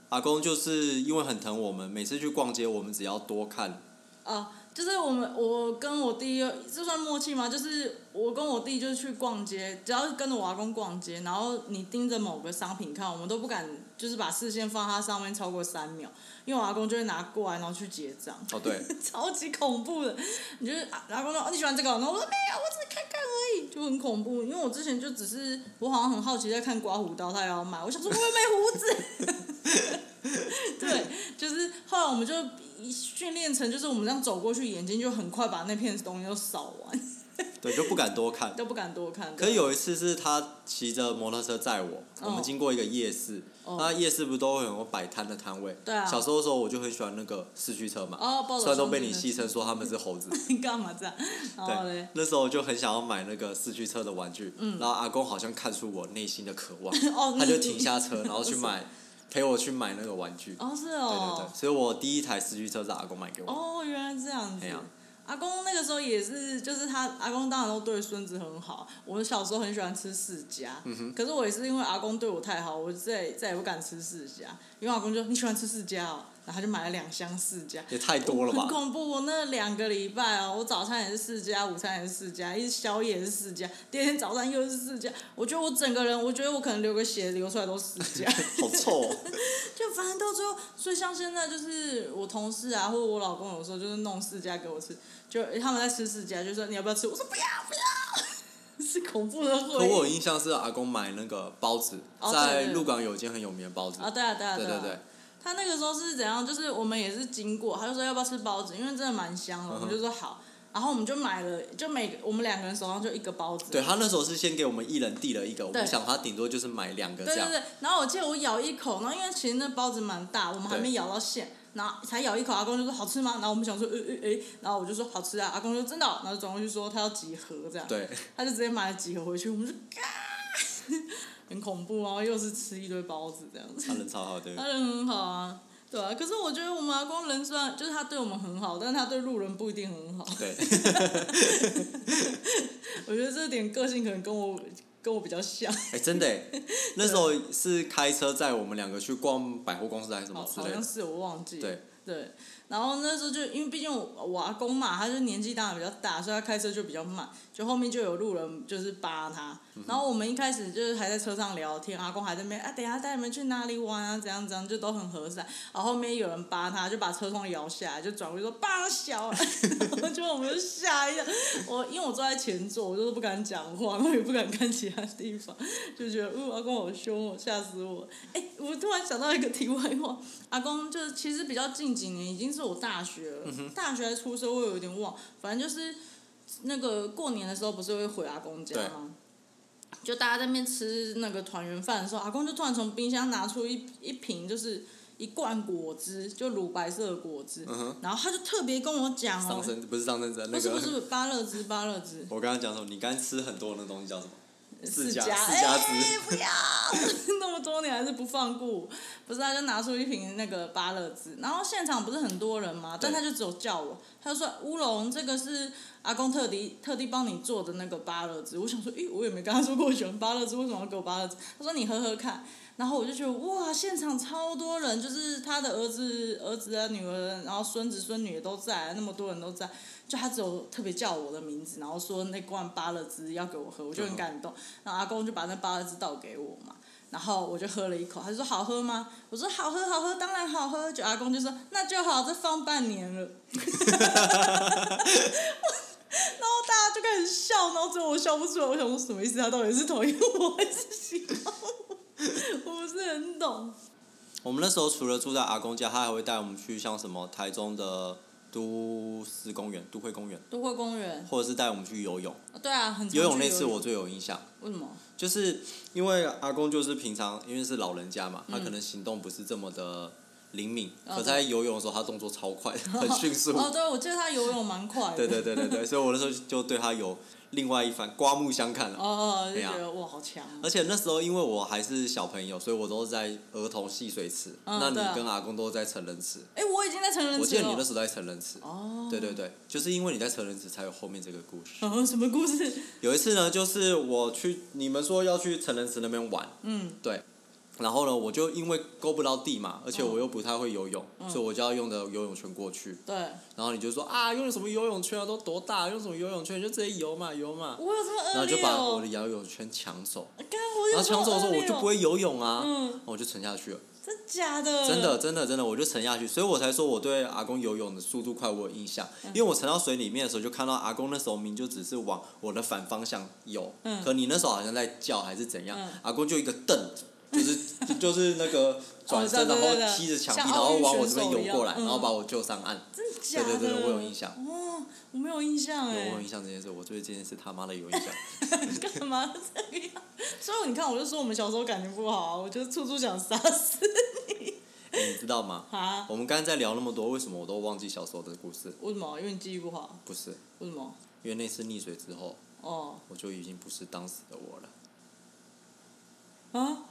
[SPEAKER 2] 阿公就是因为很疼我们，每次去逛街，我们只要多看，
[SPEAKER 1] 啊！就是我们我跟我弟这算默契吗？就是我跟我弟就是去逛街，只要是跟着我阿公逛街，然后你盯着某个商品看，我们都不敢就是把视线放它上面超过三秒，因为我阿公就会拿过来然后去结账。
[SPEAKER 2] 哦对，
[SPEAKER 1] 超级恐怖的。你就是啊然后跟我说、哦、你喜欢这个，然后我说没有，我只是看看而已，就很恐怖。因为我之前就只是我好像很好奇在看刮胡刀，他也要买，我想说我又没胡子。 对，就是后来我们就训练成，就是我们这样走过去，眼睛就很快把那片东西都扫完，
[SPEAKER 2] 对，就不敢多看。
[SPEAKER 1] 都不敢多看。
[SPEAKER 2] 可是有一次是他骑着摩托车载我，我
[SPEAKER 1] 嗯
[SPEAKER 2] 们经过一个夜市，
[SPEAKER 1] 哦
[SPEAKER 2] 那夜市不都会有很多摆摊的摊位？
[SPEAKER 1] 对啊
[SPEAKER 2] 小时候的时候我就很喜欢那个四驱车嘛，
[SPEAKER 1] 哦暴走
[SPEAKER 2] 虽然都
[SPEAKER 1] 兄
[SPEAKER 2] 被
[SPEAKER 1] 弟
[SPEAKER 2] 你
[SPEAKER 1] 们
[SPEAKER 2] 戏称说他们是猴子，
[SPEAKER 1] 你干嘛这样？然后
[SPEAKER 2] 对
[SPEAKER 1] 哦嘞，，，
[SPEAKER 2] 那时候就很想要买那个四驱车的玩具，然后阿公好像看出我内心的渴望
[SPEAKER 1] 哦
[SPEAKER 2] 他就
[SPEAKER 1] 你
[SPEAKER 2] 停下 车，然后去
[SPEAKER 1] 是
[SPEAKER 2] 买，陪我去买那个玩具。
[SPEAKER 1] 哦是
[SPEAKER 2] 对
[SPEAKER 1] 哦。
[SPEAKER 2] 对对，所以我第一台四驱车是阿公买给我的。
[SPEAKER 1] 哦，原来这样子
[SPEAKER 2] 哎呀。
[SPEAKER 1] 阿公那个时候也是，就是他阿公当然都对孙子很好。我小时候很喜欢吃世家，
[SPEAKER 2] 嗯
[SPEAKER 1] 可是我也是因为阿公对我太好，我再也再也不敢吃世家。因为阿公就你喜欢吃世家哦，然后他就买了两箱世家，
[SPEAKER 2] 也太多了
[SPEAKER 1] 很
[SPEAKER 2] 吧？
[SPEAKER 1] 恐怖。我那两个礼拜哦，我早餐也是世家，午餐也是世家，一宵夜也是世家，第二天早上又是世家。我觉得我整个人，我觉得我可能流个血流出来都是世家。
[SPEAKER 2] 好臭、 哦！
[SPEAKER 1] 就反正到最后，所以像现在就是我同事啊，或者我老公有时候就是弄释迦给我吃，就他们在吃释迦，就说你要不要吃？我说不要不要， 是恐怖的回
[SPEAKER 2] 可我有
[SPEAKER 1] 忆
[SPEAKER 2] 印象是阿公买那个包子，
[SPEAKER 1] 哦对
[SPEAKER 2] 在
[SPEAKER 1] 对
[SPEAKER 2] 鹿港有一间很有名的包子。
[SPEAKER 1] 啊！对啊对啊
[SPEAKER 2] 对
[SPEAKER 1] 啊！
[SPEAKER 2] 对，
[SPEAKER 1] 他那个时候是怎样？就是我们也是经过，他就说要不要吃包子，因为真的蛮香
[SPEAKER 2] 嗯
[SPEAKER 1] 的，我们就说好，然后我们就买了，就每个我们两个人手上就一个包子，
[SPEAKER 2] 对他那时候是先给我们一人递了一个，我
[SPEAKER 1] 对
[SPEAKER 2] 们想他顶多就是买两个
[SPEAKER 1] 对
[SPEAKER 2] 这
[SPEAKER 1] 对
[SPEAKER 2] 样。
[SPEAKER 1] 对，然后我记得我咬一口，然后因为其实那包子蛮大，我们还没
[SPEAKER 2] 对
[SPEAKER 1] 咬到馅，然后才咬一口，阿公就说好吃吗？然后我们想说，诶诶诶，然后我就说好吃啊，阿公就真的哦，然后转过去说他要几盒这样，
[SPEAKER 2] 对
[SPEAKER 1] 他就直接买了几盒回去，我们就嘎，很恐怖啊，又是吃一堆包子这样子，
[SPEAKER 2] 他人超好，对。
[SPEAKER 1] 他人很好啊，对啊，可是我觉得我们阿公人虽然就是他对我们很好，但是他对路人不一定很好，
[SPEAKER 2] 对，
[SPEAKER 1] 我觉得这点个性可能跟我跟我比较像，
[SPEAKER 2] 哎，真的耶，那时候是开车载我们两个去逛百货公司还是什么
[SPEAKER 1] 好
[SPEAKER 2] 之
[SPEAKER 1] 哦好
[SPEAKER 2] 类
[SPEAKER 1] 像
[SPEAKER 2] 的，
[SPEAKER 1] 是我忘记了。
[SPEAKER 2] 对，
[SPEAKER 1] 对，然后那时候就因为毕竟我我阿公嘛，他就年纪当然比较大，所以他开车就比较慢，就后面就有路人就是扒他，
[SPEAKER 2] 嗯
[SPEAKER 1] 然后我们一开始就是还在车上聊天，阿公还在那边啊，等一下带你们去哪里玩啊，怎样怎样，就都很和善，然后后面有人扒他，就把车窗摇下来，就转过去说扒小啊， 然后就我们就吓一跳，我因为我坐在前座，我就是不敢讲话，然后也不敢看其他地方，就觉得嗯，阿公好凶哦，吓死我！哎，我突然想到一个题外话， 阿公就是其实比较近几年已经是我大学了，
[SPEAKER 2] 嗯
[SPEAKER 1] 大学还出社会我有点忘，反正就是那个过年的时候不是会回阿公家
[SPEAKER 2] 对
[SPEAKER 1] 吗？就大家在那边吃那个团圆饭的时候，阿公就突然从冰箱拿出一一瓶就是一罐果汁，就乳白色的果汁，然后他就特别跟我讲哦
[SPEAKER 2] 嗯上，身不是上身针，
[SPEAKER 1] 不
[SPEAKER 2] 那
[SPEAKER 1] 是不
[SPEAKER 2] 个
[SPEAKER 1] 是芭乐汁芭乐汁，
[SPEAKER 2] 我刚刚讲什么？你刚刚吃很多的那东西叫什么？
[SPEAKER 1] 四
[SPEAKER 2] 家
[SPEAKER 1] 家
[SPEAKER 2] 四家
[SPEAKER 1] 哎
[SPEAKER 2] 汁
[SPEAKER 1] 不要，那么多年还是不放过我。不是，他就拿出一瓶那个芭乐汁，然后现场不是很多人嘛，但他就只有叫我，他就说乌龙这个是阿公特地特地帮你做的那个芭乐汁。我想说，咦，我也没跟他说过我喜欢芭乐汁，为什么要给我芭乐汁？他说你喝喝看。然后我就觉得哇，现场超多人，就是他的儿子、儿子啊、女儿，然后孙子、孙女也都在，那么多人都在。就他只有特别叫我的名字，然后说那罐芭乐汁要给我喝，我就很感动。然后阿公就把那芭乐汁倒给我嘛，然后我就喝了一口，他就说好喝吗？我说好喝好喝，当然好喝。就阿公就说那就好，这放半年了。 然后大家就开始笑，然后最后我笑不出来，我想说什么意思？他到底是讨厌我还是喜欢我？我不是很懂。
[SPEAKER 2] 我们那时候除了住在阿公家，他还会带我们去像什么台中的都市公园、都会公园，
[SPEAKER 1] 都会公园，
[SPEAKER 2] 或者是带我们去游泳。
[SPEAKER 1] 对啊，很常
[SPEAKER 2] 游泳
[SPEAKER 1] 去
[SPEAKER 2] 那次我最有印象，
[SPEAKER 1] 为什么？
[SPEAKER 2] 就是因为阿公就是平常因为是老人家嘛，他可能行动不是这么的灵敏，
[SPEAKER 1] 嗯哦
[SPEAKER 2] 可在游泳的时候他动作超快，很迅速。
[SPEAKER 1] 哦，对，我记得他游泳蛮快的。
[SPEAKER 2] 对对对对对，所以我那时候就对他有另外一番刮目相看了。
[SPEAKER 1] 哦，就
[SPEAKER 2] 对啊
[SPEAKER 1] 觉得哇，好强哦！
[SPEAKER 2] 而且那时候因为我还是小朋友，所以我都在儿童戏水池，
[SPEAKER 1] 嗯
[SPEAKER 2] 那你
[SPEAKER 1] 对啊
[SPEAKER 2] 跟阿公都在成人池。
[SPEAKER 1] 哎，我已经在成人池了。
[SPEAKER 2] 我记得你那时候在成人池。
[SPEAKER 1] 哦，
[SPEAKER 2] 对对对，就是因为你在成人池，才有后面这个故事。
[SPEAKER 1] 哦，什么故事？
[SPEAKER 2] 有一次呢，就是我去，你们说要去成人池那边玩，
[SPEAKER 1] 嗯，
[SPEAKER 2] 对，然后呢，我就因为勾不到地嘛，而且我又不太会游泳，所以我就要用的游泳圈过去。
[SPEAKER 1] 对，
[SPEAKER 2] 然后你就说啊，用什么游泳圈啊，都多大，用什么游泳圈，你就直接游嘛，游嘛。
[SPEAKER 1] 我有这么
[SPEAKER 2] 然后
[SPEAKER 1] 恶
[SPEAKER 2] 就
[SPEAKER 1] 劣
[SPEAKER 2] 把我
[SPEAKER 1] 哦
[SPEAKER 2] 的、游泳圈抢走，
[SPEAKER 1] 干啊我
[SPEAKER 2] 然
[SPEAKER 1] 有
[SPEAKER 2] 后
[SPEAKER 1] 这
[SPEAKER 2] 抢
[SPEAKER 1] 么
[SPEAKER 2] 走的时
[SPEAKER 1] 恶
[SPEAKER 2] 候
[SPEAKER 1] 劣
[SPEAKER 2] 我就
[SPEAKER 1] 哦
[SPEAKER 2] 不，会游泳啊，
[SPEAKER 1] 嗯
[SPEAKER 2] 然后我就沉下去了，
[SPEAKER 1] 真假的？
[SPEAKER 2] 真的真的真的，我就沉下去，所以我才说我对阿公游泳的速度快我有印象，
[SPEAKER 1] 嗯
[SPEAKER 2] 因为我沉到水里面的时候就看到阿公那时候明明就只是往我的反方向游，
[SPEAKER 1] 嗯
[SPEAKER 2] 可你那时候好像在叫还是怎样，
[SPEAKER 1] 嗯哦
[SPEAKER 2] 阿公就一个蹬，就是 就就是那个转身，
[SPEAKER 1] 对
[SPEAKER 2] 然
[SPEAKER 1] 对对
[SPEAKER 2] 后
[SPEAKER 1] 对
[SPEAKER 2] 踢着墙
[SPEAKER 1] 像
[SPEAKER 2] 壁，然后
[SPEAKER 1] 奥运
[SPEAKER 2] 往我
[SPEAKER 1] 选
[SPEAKER 2] 这边
[SPEAKER 1] 手一
[SPEAKER 2] 游过
[SPEAKER 1] 样
[SPEAKER 2] 来，然后
[SPEAKER 1] 嗯
[SPEAKER 2] 把我救上岸，
[SPEAKER 1] 真假的？
[SPEAKER 2] 对对对我有印象
[SPEAKER 1] 哦，我没有印象
[SPEAKER 2] 有我有
[SPEAKER 1] 哎
[SPEAKER 2] 印，象这件事，我对这件事他妈的有印象。
[SPEAKER 1] 干嘛这样？所以你看，我就说我们小时候感情不好啊，我就处处想杀死
[SPEAKER 2] 欸你知道吗？
[SPEAKER 1] 他。
[SPEAKER 2] 我们刚才在聊那么多，为什么我都忘记小时候的故事？
[SPEAKER 1] 为什么？因为你记忆不好？
[SPEAKER 2] 不是，
[SPEAKER 1] 为什么？
[SPEAKER 2] 因为那次溺水之后，
[SPEAKER 1] 哦
[SPEAKER 2] 我就已经不是当时的我了。
[SPEAKER 1] 啊，